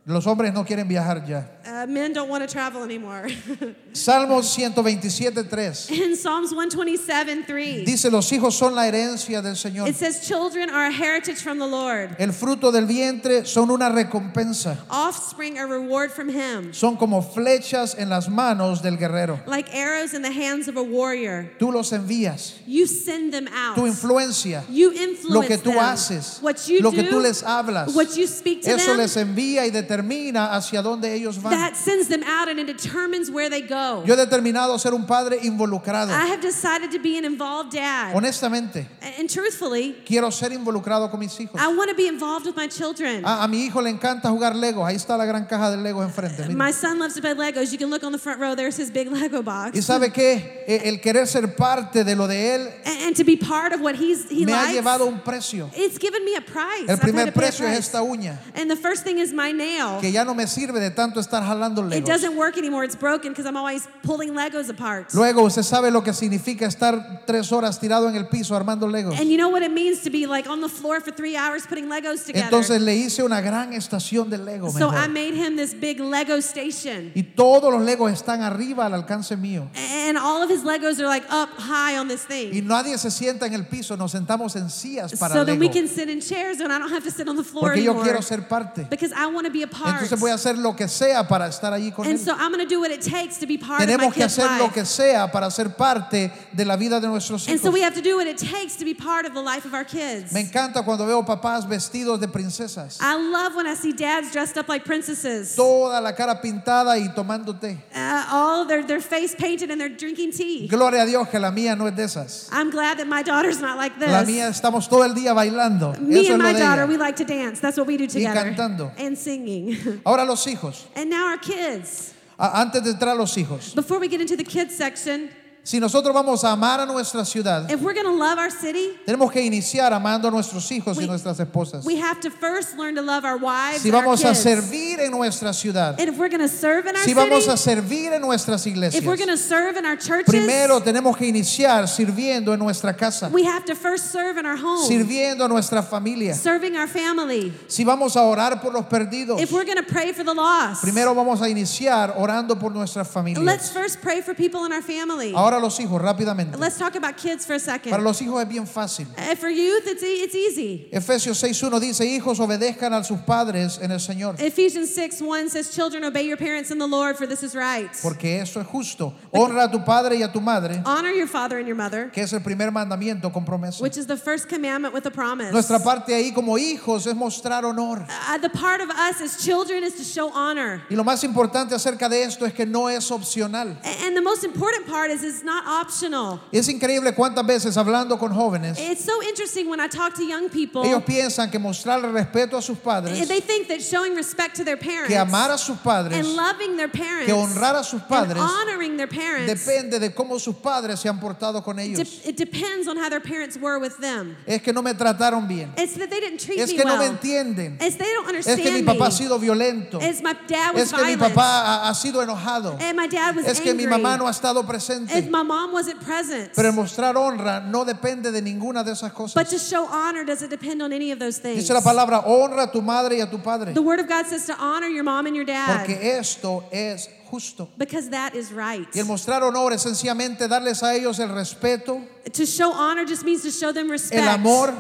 [SPEAKER 1] Los hombres no quieren viajar ya.
[SPEAKER 2] Uh, men don't want to travel anymore.
[SPEAKER 1] Salmo 127, 3.
[SPEAKER 2] in Psalms 127 3,
[SPEAKER 1] Dice, los hijos son la herencia del Señor.
[SPEAKER 2] it says, Children are a heritage from the Lord,
[SPEAKER 1] El fruto del vientre son una recompensa.
[SPEAKER 2] offspring a reward from Him,
[SPEAKER 1] Son como flechas en las manos del guerrero.
[SPEAKER 2] like arrows in the hands of a warrior.
[SPEAKER 1] Tú los envías.
[SPEAKER 2] You send them out.
[SPEAKER 1] Tu influencia.
[SPEAKER 2] you influence
[SPEAKER 1] Lo que tú
[SPEAKER 2] them.
[SPEAKER 1] haces.
[SPEAKER 2] what you
[SPEAKER 1] Lo
[SPEAKER 2] do,
[SPEAKER 1] que tú les hablas.
[SPEAKER 2] what you speak to
[SPEAKER 1] Eso
[SPEAKER 2] them,
[SPEAKER 1] les envía y determina hacia dónde ellos van.
[SPEAKER 2] that sends them out and it determines where they go.
[SPEAKER 1] Yo he determinado ser un padre involucrado.
[SPEAKER 2] I have decided to be an involved dad.
[SPEAKER 1] Honestamente,
[SPEAKER 2] and and truthfully,
[SPEAKER 1] quiero ser involucrado con mis hijos. Ah,
[SPEAKER 2] I want to be involved with my children.
[SPEAKER 1] A, a mi hijo le encanta jugar Legos. Ahí está la gran caja de Legos enfrente. mira.
[SPEAKER 2] my son loves to play Legos. You can look on the front row, there's his big Lego box.
[SPEAKER 1] Y sabe que el querer ser parte de lo de él
[SPEAKER 2] A- and, to be part of what he's, he
[SPEAKER 1] me ha
[SPEAKER 2] likes,
[SPEAKER 1] llevado a un precio.
[SPEAKER 2] it's given me a price.
[SPEAKER 1] El
[SPEAKER 2] I've had
[SPEAKER 1] primer
[SPEAKER 2] to pay a
[SPEAKER 1] precio es
[SPEAKER 2] price.
[SPEAKER 1] esta uña,
[SPEAKER 2] And the first thing is my nail.
[SPEAKER 1] que ya no me sirve de tanto estar jalando
[SPEAKER 2] It
[SPEAKER 1] Legos.
[SPEAKER 2] doesn't work anymore. It's broken because I'm always pulling Legos apart.
[SPEAKER 1] Luego usted sabe lo que significa estar tres horas tirado en el piso armando Legos.
[SPEAKER 2] And you know what it means to be like on the floor for three hours putting Legos together.
[SPEAKER 1] Entonces le hice una gran estación de Legos.
[SPEAKER 2] so
[SPEAKER 1] mejor.
[SPEAKER 2] I made him this big Lego station.
[SPEAKER 1] Y todos los Legos están arriba al alcance mío.
[SPEAKER 2] And all of his Legos are like up high on this
[SPEAKER 1] Y
[SPEAKER 2] thing.
[SPEAKER 1] nadie se sienta en el piso, nos sentamos en sillas para
[SPEAKER 2] So that we
[SPEAKER 1] Lego.
[SPEAKER 2] can sit in chairs and I don't have to sit on the floor
[SPEAKER 1] Porque yo
[SPEAKER 2] anymore.
[SPEAKER 1] quiero ser parte.
[SPEAKER 2] because I want to be a part.
[SPEAKER 1] Entonces voy a hacer lo que sea para estar allí con
[SPEAKER 2] and
[SPEAKER 1] él.
[SPEAKER 2] so I'm going to do what it takes to be part of
[SPEAKER 1] Tenemos
[SPEAKER 2] my
[SPEAKER 1] que
[SPEAKER 2] kid's
[SPEAKER 1] hacer
[SPEAKER 2] life.
[SPEAKER 1] lo que sea para ser parte de la vida de nuestros
[SPEAKER 2] and so
[SPEAKER 1] hijos.
[SPEAKER 2] we have to do what it takes to be part of the life of our kids.
[SPEAKER 1] Me encanta cuando veo papás vestidos de princesas,
[SPEAKER 2] I love when I see dads dressed up like princesses.
[SPEAKER 1] toda la cara pintada y tomando té.
[SPEAKER 2] Uh, all their, their face painted and they're drinking tea.
[SPEAKER 1] Gloria a Dios que la mía no es de esas.
[SPEAKER 2] I'm glad that my daughter's not like this.
[SPEAKER 1] La mía estamos todo el día bailando. Eso
[SPEAKER 2] Me
[SPEAKER 1] es
[SPEAKER 2] and
[SPEAKER 1] lo
[SPEAKER 2] my
[SPEAKER 1] de ella.
[SPEAKER 2] daughter, we like to dance. That's what we do together.
[SPEAKER 1] cantando.
[SPEAKER 2] And singing.
[SPEAKER 1] Ahora los hijos.
[SPEAKER 2] and now our kids.
[SPEAKER 1] A- Antes de entrar a los hijos.
[SPEAKER 2] Before we get into the kids section,
[SPEAKER 1] Si nosotros vamos a amar a nuestra ciudad,
[SPEAKER 2] if we're going to love our city,
[SPEAKER 1] tenemos que iniciar amando a nuestros hijos y
[SPEAKER 2] We-
[SPEAKER 1] nuestras esposas.
[SPEAKER 2] we have to first learn to love our wives
[SPEAKER 1] Si
[SPEAKER 2] and our
[SPEAKER 1] vamos a
[SPEAKER 2] kids.
[SPEAKER 1] servir en nuestra ciudad,
[SPEAKER 2] and if we're going to serve in our
[SPEAKER 1] si vamos a
[SPEAKER 2] city,
[SPEAKER 1] servir en nuestras
[SPEAKER 2] if we're
[SPEAKER 1] iglesias,
[SPEAKER 2] going to serve in our churches,
[SPEAKER 1] Primero tenemos que iniciar sirviendo en nuestra casa,
[SPEAKER 2] we have to first serve in our home,
[SPEAKER 1] sirviendo a nuestra familia.
[SPEAKER 2] serving our family.
[SPEAKER 1] Si vamos a orar por los perdidos,
[SPEAKER 2] If we're going to pray for the lost,
[SPEAKER 1] primero vamos a iniciar orando por nuestras
[SPEAKER 2] let's
[SPEAKER 1] familias.
[SPEAKER 2] first pray for people in our family.
[SPEAKER 1] Ahora los hijos, rápidamente.
[SPEAKER 2] Let's talk about kids for a second.
[SPEAKER 1] Para los hijos es bien fácil.
[SPEAKER 2] Uh, for youth, it's, e- it's easy.
[SPEAKER 1] Efesios 6.1 dice, hijos obedezcan a sus padres en el Señor,
[SPEAKER 2] Ephesians 6 1 says, Children, obey your parents in the Lord, for this is right.
[SPEAKER 1] porque eso es justo. Honra a tu padre y a tu madre,
[SPEAKER 2] Honor your father and your mother,
[SPEAKER 1] que es el primer mandamiento con promesa.
[SPEAKER 2] which is the first commandment with a promise.
[SPEAKER 1] Nuestra parte ahí como hijos es mostrar honor.
[SPEAKER 2] Uh, the part of us as children is to show honor.
[SPEAKER 1] Y lo más importante acerca de esto es que no es opcional.
[SPEAKER 2] A- And the most important part is, is it's not optional.
[SPEAKER 1] Es increíble cuántas veces hablando con jóvenes,
[SPEAKER 2] It's so interesting when I talk to young people, eh,
[SPEAKER 1] ellos piensan que mostrarle respeto a sus padres,
[SPEAKER 2] they think that showing respect to their parents
[SPEAKER 1] que amar a sus padres,
[SPEAKER 2] and loving their parents
[SPEAKER 1] que honrar a sus
[SPEAKER 2] and
[SPEAKER 1] padres,
[SPEAKER 2] honoring their parents
[SPEAKER 1] depende de cómo sus padres se han portado con
[SPEAKER 2] de-
[SPEAKER 1] ellos.
[SPEAKER 2] it depends on how their parents were with them.
[SPEAKER 1] Es que no me trataron bien.
[SPEAKER 2] It's that they didn't treat
[SPEAKER 1] Es
[SPEAKER 2] me
[SPEAKER 1] que no me
[SPEAKER 2] well.
[SPEAKER 1] entienden.
[SPEAKER 2] it's they don't
[SPEAKER 1] Es
[SPEAKER 2] understand
[SPEAKER 1] que mi papá ha
[SPEAKER 2] me.
[SPEAKER 1] sido violento.
[SPEAKER 2] It's my dad was
[SPEAKER 1] Es que mi
[SPEAKER 2] violent.
[SPEAKER 1] papá ha, ha sido enojado.
[SPEAKER 2] and my dad was
[SPEAKER 1] Es que mi
[SPEAKER 2] angry.
[SPEAKER 1] mamá no ha estado
[SPEAKER 2] and
[SPEAKER 1] presente.
[SPEAKER 2] my mom wasn't present.
[SPEAKER 1] Pero mostrar honra no depende de ninguna de esas cosas.
[SPEAKER 2] but to show honor doesn't depend on any of those things.
[SPEAKER 1] Dice la palabra, honra a tu madre y a tu padre,
[SPEAKER 2] the Word of God says to honor your mom and your dad
[SPEAKER 1] porque esto es justo.
[SPEAKER 2] because that is right.
[SPEAKER 1] Y el mostrar honor es sencillamente darles a ellos el respeto,
[SPEAKER 2] to show honor just means to show them respect,
[SPEAKER 1] el amor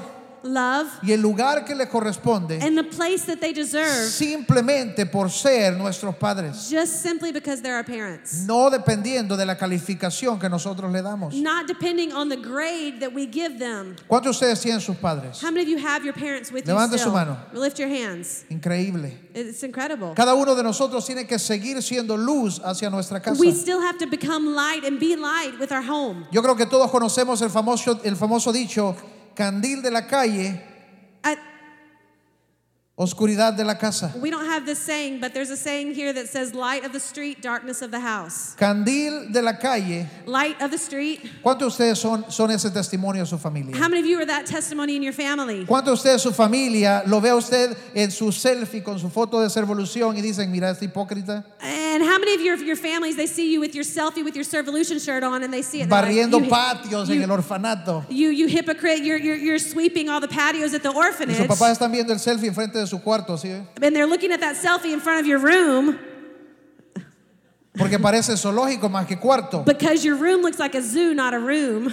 [SPEAKER 2] love,
[SPEAKER 1] y el lugar que les corresponde,
[SPEAKER 2] and the place that they deserve
[SPEAKER 1] simplemente por ser nuestros padres,
[SPEAKER 2] just simply because they're our parents.
[SPEAKER 1] no dependiendo de la calificación que nosotros le damos.
[SPEAKER 2] Not depending on the grade that we give them.
[SPEAKER 1] ¿Cuántos de ustedes tienen sus padres?
[SPEAKER 2] How many of you have your parents with
[SPEAKER 1] Levante
[SPEAKER 2] you
[SPEAKER 1] su
[SPEAKER 2] still?
[SPEAKER 1] mano.
[SPEAKER 2] Lift your hands.
[SPEAKER 1] Increíble.
[SPEAKER 2] It's incredible.
[SPEAKER 1] Cada uno de nosotros tiene que seguir siendo luz hacia nuestra casa.
[SPEAKER 2] We still have to become light and be light with our home.
[SPEAKER 1] Yo creo que todos conocemos el famoso, el famoso dicho, candil de la calle,
[SPEAKER 2] I,
[SPEAKER 1] oscuridad de la casa.
[SPEAKER 2] we don't have this saying, but there's a saying here that says, light of the street, darkness of the house.
[SPEAKER 1] Candil de la calle.
[SPEAKER 2] Light of the street.
[SPEAKER 1] ¿Cuántos de ustedes son, son ese testimonio de su familia?
[SPEAKER 2] How many of you are that testimony in your family?
[SPEAKER 1] ¿Cuántos de ustedes, su familia, lo ve a usted en su selfie con su foto de servolución y dicen, mira, este hipócrita,
[SPEAKER 2] And how many of your, your families, they see you with your selfie, with your Servolution shirt on, and they see it. and they're like,
[SPEAKER 1] barriendo
[SPEAKER 2] "You-
[SPEAKER 1] patios en
[SPEAKER 2] you-
[SPEAKER 1] el orfanato?
[SPEAKER 2] You, you hypocrite, you're, you're, you're sweeping all the patios at the
[SPEAKER 1] Y
[SPEAKER 2] orphanage.
[SPEAKER 1] sus papás están viendo el selfie enfrente de su cuarto, ¿sí?
[SPEAKER 2] And they're looking at that selfie in front of your room
[SPEAKER 1] Porque parece zoológico más que cuarto.
[SPEAKER 2] because your room looks like a zoo, not a room.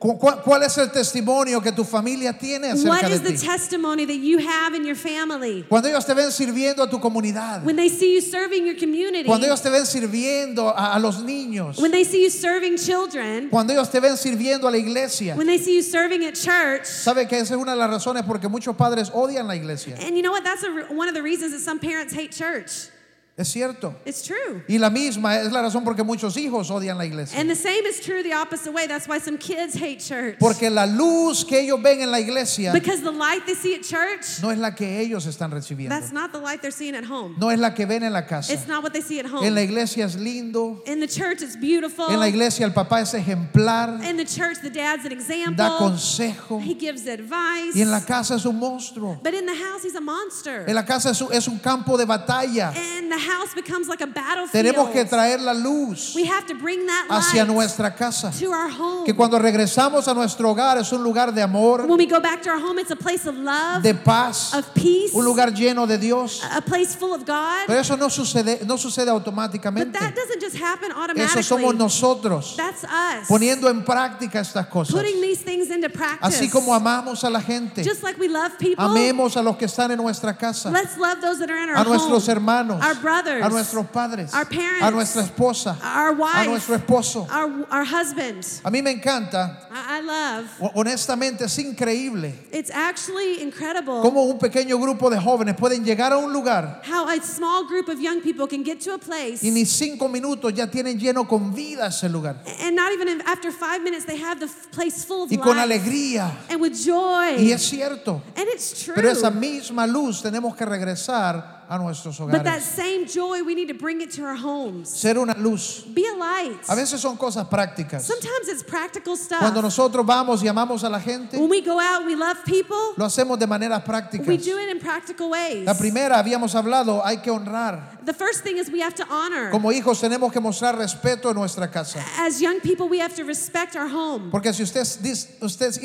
[SPEAKER 1] ¿Cu- cu- ¿Cuál es el testimonio que tu familia tiene
[SPEAKER 2] What
[SPEAKER 1] acerca
[SPEAKER 2] is the
[SPEAKER 1] de ti?
[SPEAKER 2] testimony that you have in your family?
[SPEAKER 1] Cuando ellos te ven sirviendo a tu comunidad,
[SPEAKER 2] When they see you serving your community,
[SPEAKER 1] cuando ellos te ven sirviendo a, a los niños,
[SPEAKER 2] when they see you serving children,
[SPEAKER 1] cuando ellos te ven sirviendo a la iglesia.
[SPEAKER 2] when they see you serving at church,
[SPEAKER 1] ¿Sabe que esa es una de las razones porque muchos padres odian la iglesia?
[SPEAKER 2] and you know what? That's a, re- one of the reasons that some parents hate church.
[SPEAKER 1] Es cierto.
[SPEAKER 2] It's true.
[SPEAKER 1] Y la misma es la razón porque muchos hijos odian la iglesia.
[SPEAKER 2] And the same is true the opposite way. That's why some kids hate church.
[SPEAKER 1] Porque la luz que ellos ven en la iglesia
[SPEAKER 2] because the light they see at church,
[SPEAKER 1] no es la que ellos están recibiendo.
[SPEAKER 2] that's not the light they're seeing at home.
[SPEAKER 1] No es la que ven en la casa.
[SPEAKER 2] It's not what they see at home.
[SPEAKER 1] En la iglesia es lindo.
[SPEAKER 2] In the church, it's beautiful.
[SPEAKER 1] En la iglesia el papá es ejemplar,
[SPEAKER 2] In the church, the dad's an
[SPEAKER 1] da
[SPEAKER 2] example.
[SPEAKER 1] consejo.
[SPEAKER 2] He gives advice.
[SPEAKER 1] Y en la casa es un monstruo.
[SPEAKER 2] But in the house, he's a monster.
[SPEAKER 1] En la casa es un, es un campo de batalla.
[SPEAKER 2] And the house becomes like a
[SPEAKER 1] Tenemos que
[SPEAKER 2] battlefield.
[SPEAKER 1] traer la luz
[SPEAKER 2] We have to bring that
[SPEAKER 1] hacia
[SPEAKER 2] light
[SPEAKER 1] nuestra casa.
[SPEAKER 2] to our home.
[SPEAKER 1] Que cuando regresamos a nuestro hogar es un lugar de amor,
[SPEAKER 2] When we go back to our home, it's a place of love,
[SPEAKER 1] de paz,
[SPEAKER 2] of Ah, peace,
[SPEAKER 1] un lugar lleno de Dios.
[SPEAKER 2] a place full of God.
[SPEAKER 1] Pero eso no sucede, no sucede
[SPEAKER 2] But
[SPEAKER 1] automáticamente.
[SPEAKER 2] that doesn't just happen
[SPEAKER 1] Eso somos
[SPEAKER 2] automatically.
[SPEAKER 1] nosotros
[SPEAKER 2] That's us
[SPEAKER 1] poniendo en práctica estas cosas.
[SPEAKER 2] putting these things into
[SPEAKER 1] Así
[SPEAKER 2] practice.
[SPEAKER 1] como amamos a la gente,
[SPEAKER 2] Just like we love people,
[SPEAKER 1] amemos a los que están en nuestra casa,
[SPEAKER 2] let's love those that are in our
[SPEAKER 1] a nuestros
[SPEAKER 2] home,
[SPEAKER 1] hermanos,
[SPEAKER 2] our brothers,
[SPEAKER 1] a nuestros padres,
[SPEAKER 2] our parents,
[SPEAKER 1] a nuestra esposa,
[SPEAKER 2] our
[SPEAKER 1] a
[SPEAKER 2] wife,
[SPEAKER 1] nuestro esposo.
[SPEAKER 2] our, our husband.
[SPEAKER 1] A mí me encanta,
[SPEAKER 2] I, I love.
[SPEAKER 1] ho- honestamente es increíble
[SPEAKER 2] It's actually incredible
[SPEAKER 1] cómo un pequeño grupo de jóvenes pueden llegar a un lugar
[SPEAKER 2] how a small group of young people can get to a place
[SPEAKER 1] y ni cinco minutos ya tienen lleno con vida ese lugar
[SPEAKER 2] and not even in- after five minutes they have the f- place full of
[SPEAKER 1] y con
[SPEAKER 2] life
[SPEAKER 1] alegría.
[SPEAKER 2] and with joy.
[SPEAKER 1] Y es cierto,
[SPEAKER 2] and it's true.
[SPEAKER 1] pero esa misma luz tenemos que regresar a nuestros
[SPEAKER 2] but that
[SPEAKER 1] hogares,
[SPEAKER 2] same joy, we need to bring it to our homes.
[SPEAKER 1] ser una luz.
[SPEAKER 2] Be a light.
[SPEAKER 1] A veces son cosas prácticas.
[SPEAKER 2] Sometimes it's practical stuff.
[SPEAKER 1] Cuando nosotros vamos y amamos a la gente,
[SPEAKER 2] when we go out, we love people.
[SPEAKER 1] lo hacemos de maneras prácticas.
[SPEAKER 2] We do it in practical ways.
[SPEAKER 1] La primera, habíamos hablado, hay que honrar.
[SPEAKER 2] the first thing is we have to honor.
[SPEAKER 1] Como hijos tenemos que mostrar respeto en nuestra casa.
[SPEAKER 2] As young people, we have to respect our home.
[SPEAKER 1] Porque si usted es, dis- usted es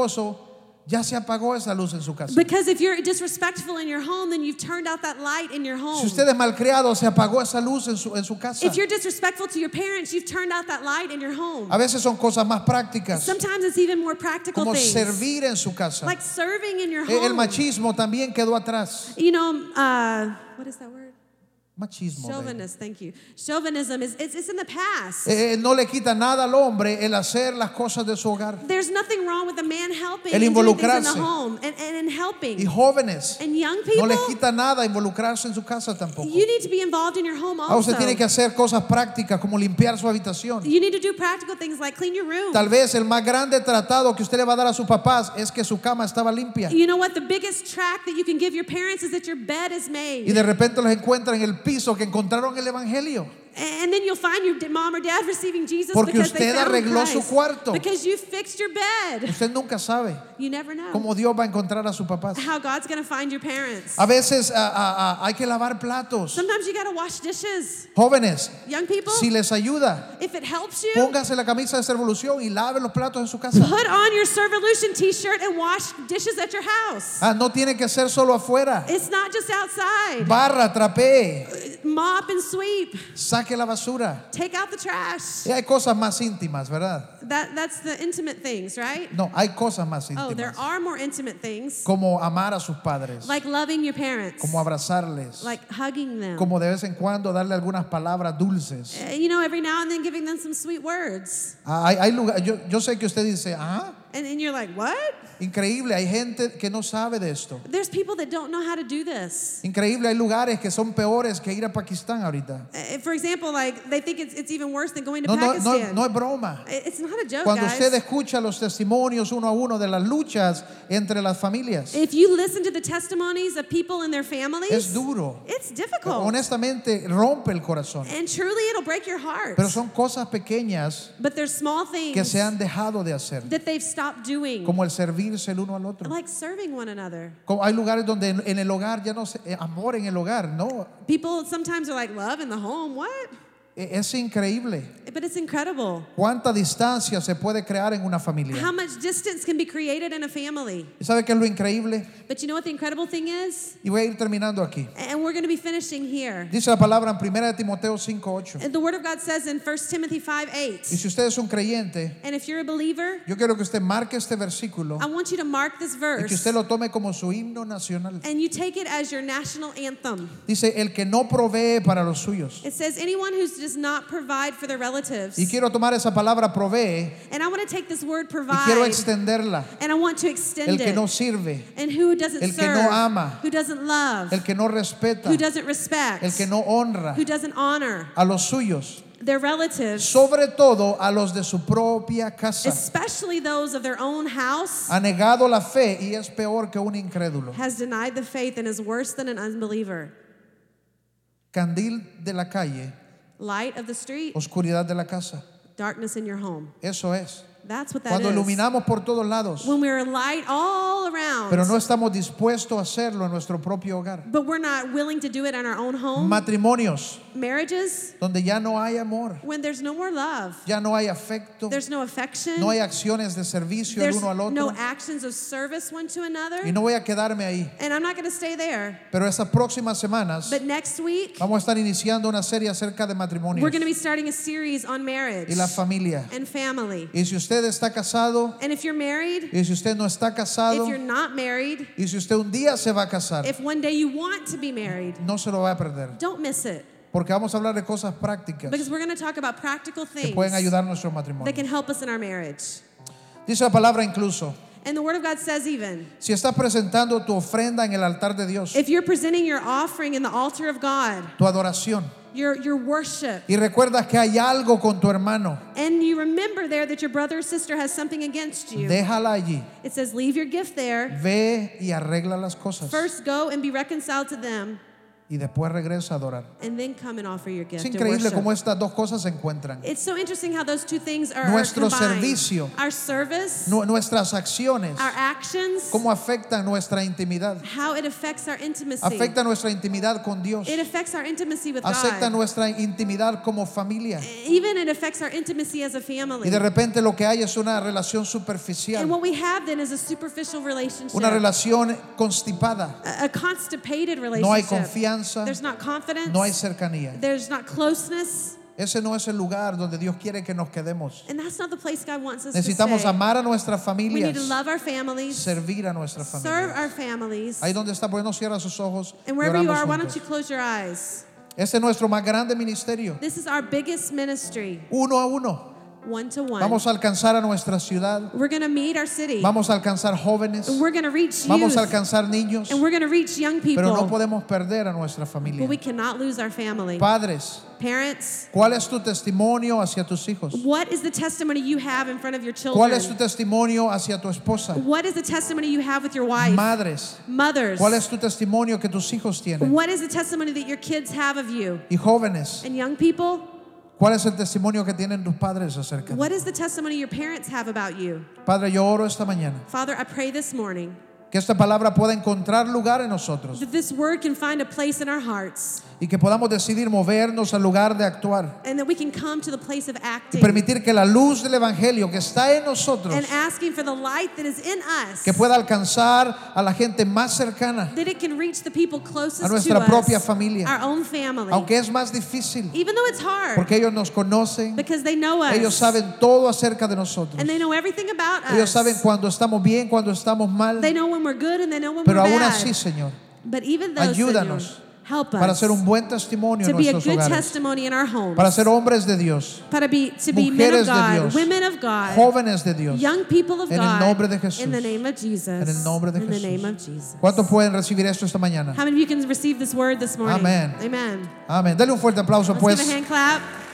[SPEAKER 1] irrespetuoso, ya se apagó esa luz en su casa.
[SPEAKER 2] Because if you're disrespectful in your home, then you've turned out that light in your home.
[SPEAKER 1] Si usted es malcriado, se apagó esa luz en su, en su casa.
[SPEAKER 2] if you're disrespectful to your parents, you've turned out that light in your home.
[SPEAKER 1] A veces son cosas más prácticas,
[SPEAKER 2] Sometimes it's even more practical
[SPEAKER 1] como
[SPEAKER 2] things,
[SPEAKER 1] servir en su casa.
[SPEAKER 2] like serving in your
[SPEAKER 1] E- El
[SPEAKER 2] home.
[SPEAKER 1] machismo también quedó atrás.
[SPEAKER 2] you know, uh, what is that word?
[SPEAKER 1] Machismo. baby.
[SPEAKER 2] Chauvinist, thank you. Chauvinism is it's, it's in the past.
[SPEAKER 1] Eh, eh, no le quita nada al hombre el hacer las cosas de su hogar.
[SPEAKER 2] There's nothing wrong with a man helping
[SPEAKER 1] El
[SPEAKER 2] and doing things in the
[SPEAKER 1] involucrarse.
[SPEAKER 2] home and, and, and helping.
[SPEAKER 1] Y jóvenes,
[SPEAKER 2] and young
[SPEAKER 1] no
[SPEAKER 2] people,
[SPEAKER 1] le quita nada involucrarse en su casa tampoco.
[SPEAKER 2] you need to be involved in your home
[SPEAKER 1] Ahora
[SPEAKER 2] also.
[SPEAKER 1] usted tiene que hacer cosas prácticas como limpiar su habitación.
[SPEAKER 2] You need to do practical things like clean your room.
[SPEAKER 1] Tal vez el más grande tratado que usted le va a dar a sus papás es que su cama estaba limpia.
[SPEAKER 2] You know what? The biggest track that you can give your parents is that your bed is made.
[SPEAKER 1] Y de repente los encuentra en el piso que encontraron el evangelio.
[SPEAKER 2] And then you'll find your d- mom or dad receiving Jesus
[SPEAKER 1] Porque
[SPEAKER 2] because they
[SPEAKER 1] usted
[SPEAKER 2] found
[SPEAKER 1] arregló
[SPEAKER 2] Christ.
[SPEAKER 1] su cuarto.
[SPEAKER 2] Because you fixed your bed.
[SPEAKER 1] Usted nunca sabe
[SPEAKER 2] You never know
[SPEAKER 1] cómo Dios va a encontrar a sus papás.
[SPEAKER 2] how God's going to find your parents.
[SPEAKER 1] A veces ah, ah, ah, hay que lavar platos.
[SPEAKER 2] Sometimes you got to wash dishes.
[SPEAKER 1] Jóvenes,
[SPEAKER 2] Young people,
[SPEAKER 1] si les ayuda,
[SPEAKER 2] if it helps you,
[SPEAKER 1] póngase la camisa de servolución y lave los platos en su casa.
[SPEAKER 2] put on your Servolution t-shirt and wash dishes at your house.
[SPEAKER 1] Ah, no tiene que ser solo afuera.
[SPEAKER 2] It's not just outside.
[SPEAKER 1] Barra, trapee,
[SPEAKER 2] Mop and sweep.
[SPEAKER 1] saque la basura.
[SPEAKER 2] Take out the trash.
[SPEAKER 1] Y hay cosas más íntimas, ¿verdad?
[SPEAKER 2] That, that's the intimate things, right?
[SPEAKER 1] No, hay cosas más
[SPEAKER 2] Oh, there
[SPEAKER 1] íntimas.
[SPEAKER 2] are more intimate things,
[SPEAKER 1] Como amar a sus padres,
[SPEAKER 2] like loving your parents,
[SPEAKER 1] como abrazarles,
[SPEAKER 2] like hugging them.
[SPEAKER 1] como de vez en cuando darle algunas palabras dulces.
[SPEAKER 2] Uh, You know, every now and then giving them some sweet words.
[SPEAKER 1] Ah, Hay, hay lugar- yo, yo sé que usted dice, ah,
[SPEAKER 2] And, and you're like, what?
[SPEAKER 1] increíble, hay gente que no sabe de esto.
[SPEAKER 2] There's people that don't know how to do this.
[SPEAKER 1] Increíble, hay lugares que son peores que ir a Pakistán ahorita.
[SPEAKER 2] Uh, For example, like they think it's, it's even worse than going to
[SPEAKER 1] No, no, no,
[SPEAKER 2] Pakistan.
[SPEAKER 1] no es broma.
[SPEAKER 2] I- It's not a joke,
[SPEAKER 1] Cuando
[SPEAKER 2] guys.
[SPEAKER 1] usted escucha los testimonios uno a uno de las luchas entre las familias,
[SPEAKER 2] If you listen to the testimonies of people and their families,
[SPEAKER 1] es duro.
[SPEAKER 2] it's difficult.
[SPEAKER 1] Honestamente, rompe el corazón.
[SPEAKER 2] and truly, it'll break your heart.
[SPEAKER 1] Pero son cosas pequeñas
[SPEAKER 2] but there's small things
[SPEAKER 1] que se han dejado de hacer,
[SPEAKER 2] that they've stopped doing,
[SPEAKER 1] como el servirse el uno al otro.
[SPEAKER 2] like serving one another.
[SPEAKER 1] Como hay lugares donde en, en el hogar ya no se, eh, amor en el hogar, no.
[SPEAKER 2] People sometimes are like, love in the home, what?
[SPEAKER 1] E- Es increíble
[SPEAKER 2] But it's incredible
[SPEAKER 1] cuánta distancia se puede crear en una familia.
[SPEAKER 2] how much distance can be created in a family.
[SPEAKER 1] ¿Y sabe qué es lo increíble?
[SPEAKER 2] But you know what the incredible thing is?
[SPEAKER 1] Y voy a ir terminando aquí.
[SPEAKER 2] And we're going to be finishing here.
[SPEAKER 1] Dice la palabra en 1 de Timoteo 5:8.
[SPEAKER 2] And the Word of God says in 1 Timothy 5
[SPEAKER 1] Y
[SPEAKER 2] 8,
[SPEAKER 1] si usted es un creyente,
[SPEAKER 2] and if you're a believer,
[SPEAKER 1] Yo quiero que usted marque este versículo
[SPEAKER 2] I want you to mark this
[SPEAKER 1] y que
[SPEAKER 2] verse
[SPEAKER 1] usted lo tome como su himno nacional.
[SPEAKER 2] and you take it as your national anthem.
[SPEAKER 1] Dice, el que no provee para los suyos.
[SPEAKER 2] It says, anyone who does not provide for their relatives.
[SPEAKER 1] Y quiero tomar esa palabra provee
[SPEAKER 2] And I want to take this word
[SPEAKER 1] y quiero
[SPEAKER 2] provide
[SPEAKER 1] extenderla.
[SPEAKER 2] and I want to
[SPEAKER 1] El
[SPEAKER 2] extend
[SPEAKER 1] que
[SPEAKER 2] it.
[SPEAKER 1] no sirve,
[SPEAKER 2] And who doesn't
[SPEAKER 1] el que no
[SPEAKER 2] serve,
[SPEAKER 1] ama,
[SPEAKER 2] who doesn't love,
[SPEAKER 1] el que no respeta,
[SPEAKER 2] who doesn't respect,
[SPEAKER 1] el que no honra
[SPEAKER 2] who doesn't honor
[SPEAKER 1] a los suyos,
[SPEAKER 2] their relatives,
[SPEAKER 1] sobre todo a los de su propia casa.
[SPEAKER 2] especially those of their own house,
[SPEAKER 1] Ha negado la fe y es peor que un incrédulo.
[SPEAKER 2] has denied the faith and is worse than an unbeliever.
[SPEAKER 1] Candil de la calle,
[SPEAKER 2] Light of the street,
[SPEAKER 1] oscuridad de la casa.
[SPEAKER 2] darkness in your home.
[SPEAKER 1] Eso es.
[SPEAKER 2] That's what that
[SPEAKER 1] Cuando
[SPEAKER 2] is.
[SPEAKER 1] iluminamos por todos lados.
[SPEAKER 2] When we're a light all around,
[SPEAKER 1] pero no estamos dispuestos a hacerlo en nuestro propio hogar.
[SPEAKER 2] but we're not willing to do it in our own home,
[SPEAKER 1] Matrimonios
[SPEAKER 2] marriages,
[SPEAKER 1] donde ya no hay amor,
[SPEAKER 2] when there's no more love,
[SPEAKER 1] ya no hay afecto,
[SPEAKER 2] there's no affection,
[SPEAKER 1] no hay acciones de servicio el
[SPEAKER 2] there's
[SPEAKER 1] uno al
[SPEAKER 2] no
[SPEAKER 1] otro.
[SPEAKER 2] actions of service one to another.
[SPEAKER 1] Y no voy a quedarme ahí,
[SPEAKER 2] and I'm not going to stay there.
[SPEAKER 1] pero estas próximas semanas
[SPEAKER 2] But next week,
[SPEAKER 1] vamos a estar iniciando una serie acerca de matrimonios
[SPEAKER 2] we're going to be starting a series on marriage
[SPEAKER 1] y la familia.
[SPEAKER 2] and family.
[SPEAKER 1] Y si usted está casado,
[SPEAKER 2] And if you're married,
[SPEAKER 1] y si usted no está casado,
[SPEAKER 2] if you're not married,
[SPEAKER 1] y si usted un día se va a casar,
[SPEAKER 2] if one day you want to be married,
[SPEAKER 1] no se lo va a perder,
[SPEAKER 2] don't miss it
[SPEAKER 1] porque vamos a hablar de cosas prácticas
[SPEAKER 2] because we're going to talk about practical
[SPEAKER 1] que
[SPEAKER 2] things
[SPEAKER 1] pueden ayudar a nuestro
[SPEAKER 2] that
[SPEAKER 1] matrimonio.
[SPEAKER 2] can help us in our marriage.
[SPEAKER 1] Dice la palabra incluso.
[SPEAKER 2] And the Word of God says, even
[SPEAKER 1] Si estás presentando tu ofrenda en el altar de Dios,
[SPEAKER 2] if you're presenting your offering in the altar of God,
[SPEAKER 1] tu adoración,
[SPEAKER 2] your, your worship,
[SPEAKER 1] y recuerdas que hay algo con tu hermano,
[SPEAKER 2] and you remember there that your brother or sister has something against you,
[SPEAKER 1] déjala allí.
[SPEAKER 2] it says, leave your gift there.
[SPEAKER 1] Ve y arregla las cosas
[SPEAKER 2] First, go and be reconciled to them.
[SPEAKER 1] y después regresa a adorar.
[SPEAKER 2] and then come and offer your
[SPEAKER 1] Es
[SPEAKER 2] gift. and
[SPEAKER 1] increíble
[SPEAKER 2] worship.
[SPEAKER 1] cómo estas dos cosas se encuentran.
[SPEAKER 2] It's so interesting how those two things are, are
[SPEAKER 1] Nuestro
[SPEAKER 2] combined.
[SPEAKER 1] servicio.
[SPEAKER 2] our service,
[SPEAKER 1] Nu- nuestras acciones,
[SPEAKER 2] our actions,
[SPEAKER 1] cómo afectan nuestra intimidad.
[SPEAKER 2] how it affects our intimacy.
[SPEAKER 1] Afecta nuestra intimidad con Dios.
[SPEAKER 2] it affects our intimacy with
[SPEAKER 1] Afecta
[SPEAKER 2] God.
[SPEAKER 1] nuestra intimidad como familia.
[SPEAKER 2] Even it affects our intimacy as a
[SPEAKER 1] Y
[SPEAKER 2] family.
[SPEAKER 1] de repente lo que hay es una relación superficial,
[SPEAKER 2] and what we have then is a superficial relationship,
[SPEAKER 1] una relación constipada.
[SPEAKER 2] a, a constipated
[SPEAKER 1] No hay
[SPEAKER 2] relationship.
[SPEAKER 1] confianza,
[SPEAKER 2] There's not confidence.
[SPEAKER 1] no hay cercanía.
[SPEAKER 2] There's not closeness,
[SPEAKER 1] Ese no es el lugar donde Dios quiere que nos quedemos.
[SPEAKER 2] and that's not the place God wants us to
[SPEAKER 1] Necesitamos
[SPEAKER 2] stay.
[SPEAKER 1] amar a nuestras
[SPEAKER 2] we need
[SPEAKER 1] familias,
[SPEAKER 2] to love our families,
[SPEAKER 1] servir a nuestras
[SPEAKER 2] serve
[SPEAKER 1] familias.
[SPEAKER 2] our families,
[SPEAKER 1] Ahí donde está, bueno, cierra sus ojos. y
[SPEAKER 2] and wherever you
[SPEAKER 1] oramos
[SPEAKER 2] are, why don't
[SPEAKER 1] juntos.
[SPEAKER 2] you close your eyes?
[SPEAKER 1] Ese es nuestro más grande ministerio.
[SPEAKER 2] This is our biggest ministry,
[SPEAKER 1] Uno a uno.
[SPEAKER 2] one to one.
[SPEAKER 1] Vamos a alcanzar a nuestra ciudad.
[SPEAKER 2] We're going to meet our city.
[SPEAKER 1] Vamos a alcanzar jóvenes.
[SPEAKER 2] We're going to reach
[SPEAKER 1] Vamos
[SPEAKER 2] youth.
[SPEAKER 1] a alcanzar niños.
[SPEAKER 2] And we're going to reach young
[SPEAKER 1] Pero no
[SPEAKER 2] people.
[SPEAKER 1] podemos perder a nuestra familia.
[SPEAKER 2] But we cannot lose our family.
[SPEAKER 1] Padres,
[SPEAKER 2] Parents,
[SPEAKER 1] ¿cuál es tu testimonio hacia tus hijos?
[SPEAKER 2] what is the testimony you have in front of your
[SPEAKER 1] ¿Cuál es tu
[SPEAKER 2] children?
[SPEAKER 1] testimonio hacia tu esposa?
[SPEAKER 2] What is the testimony you have with your wife?
[SPEAKER 1] Madres,
[SPEAKER 2] Mothers,
[SPEAKER 1] ¿cuál es tu testimonio que tus hijos tienen?
[SPEAKER 2] what is the testimony that your kids have of you?
[SPEAKER 1] Y jóvenes,
[SPEAKER 2] And young people,
[SPEAKER 1] ¿cuál es el testimonio que tienen tus padres acerca de
[SPEAKER 2] what is the testimony your parents have about you?
[SPEAKER 1] Padre, yo oro esta mañana
[SPEAKER 2] Father, I pray this morning
[SPEAKER 1] que esta palabra pueda encontrar lugar en nosotros
[SPEAKER 2] that this word can find a place in our hearts
[SPEAKER 1] y que podamos decidir movernos al lugar de actuar
[SPEAKER 2] and that we can come to the place of
[SPEAKER 1] y
[SPEAKER 2] acting
[SPEAKER 1] permitir que la luz del Evangelio que está en nosotros
[SPEAKER 2] and asking for the light that is in us
[SPEAKER 1] que pueda alcanzar a la gente más cercana,
[SPEAKER 2] that it can reach the people closest
[SPEAKER 1] A nuestra
[SPEAKER 2] to
[SPEAKER 1] propia
[SPEAKER 2] us,
[SPEAKER 1] familia.
[SPEAKER 2] our own family.
[SPEAKER 1] aunque es más difícil
[SPEAKER 2] Even though it's hard,
[SPEAKER 1] porque ellos nos conocen,
[SPEAKER 2] because they know us,
[SPEAKER 1] ellos saben todo acerca de nosotros,
[SPEAKER 2] and they know everything about
[SPEAKER 1] ellos
[SPEAKER 2] us.
[SPEAKER 1] saben cuando estamos bien, cuando estamos mal,
[SPEAKER 2] they know when we're good and they know when
[SPEAKER 1] pero
[SPEAKER 2] we're
[SPEAKER 1] aún
[SPEAKER 2] bad.
[SPEAKER 1] así, Señor,
[SPEAKER 2] but even though,
[SPEAKER 1] ayúdanos
[SPEAKER 2] Señor, help us
[SPEAKER 1] para ser un buen testimonio
[SPEAKER 2] to
[SPEAKER 1] en
[SPEAKER 2] be a
[SPEAKER 1] nuestros
[SPEAKER 2] good
[SPEAKER 1] hogares,
[SPEAKER 2] testimony in our homes,
[SPEAKER 1] para ser hombres de Dios,
[SPEAKER 2] para be, to be men
[SPEAKER 1] mujeres
[SPEAKER 2] of
[SPEAKER 1] de
[SPEAKER 2] God,
[SPEAKER 1] Dios,
[SPEAKER 2] women of God,
[SPEAKER 1] jóvenes de Dios.
[SPEAKER 2] young people of
[SPEAKER 1] en el
[SPEAKER 2] God,
[SPEAKER 1] nombre de Jesús.
[SPEAKER 2] in the name of Jesus,
[SPEAKER 1] En el nombre de
[SPEAKER 2] in
[SPEAKER 1] Jesús.
[SPEAKER 2] the name of Jesus.
[SPEAKER 1] ¿Cuántos pueden recibir esto esta mañana?
[SPEAKER 2] How many of you can receive this word this morning?
[SPEAKER 1] Amen.
[SPEAKER 2] Amen.
[SPEAKER 1] Amén. Dale un fuerte aplauso,
[SPEAKER 2] Let's
[SPEAKER 1] Ah, pues.
[SPEAKER 2] give a hand clap.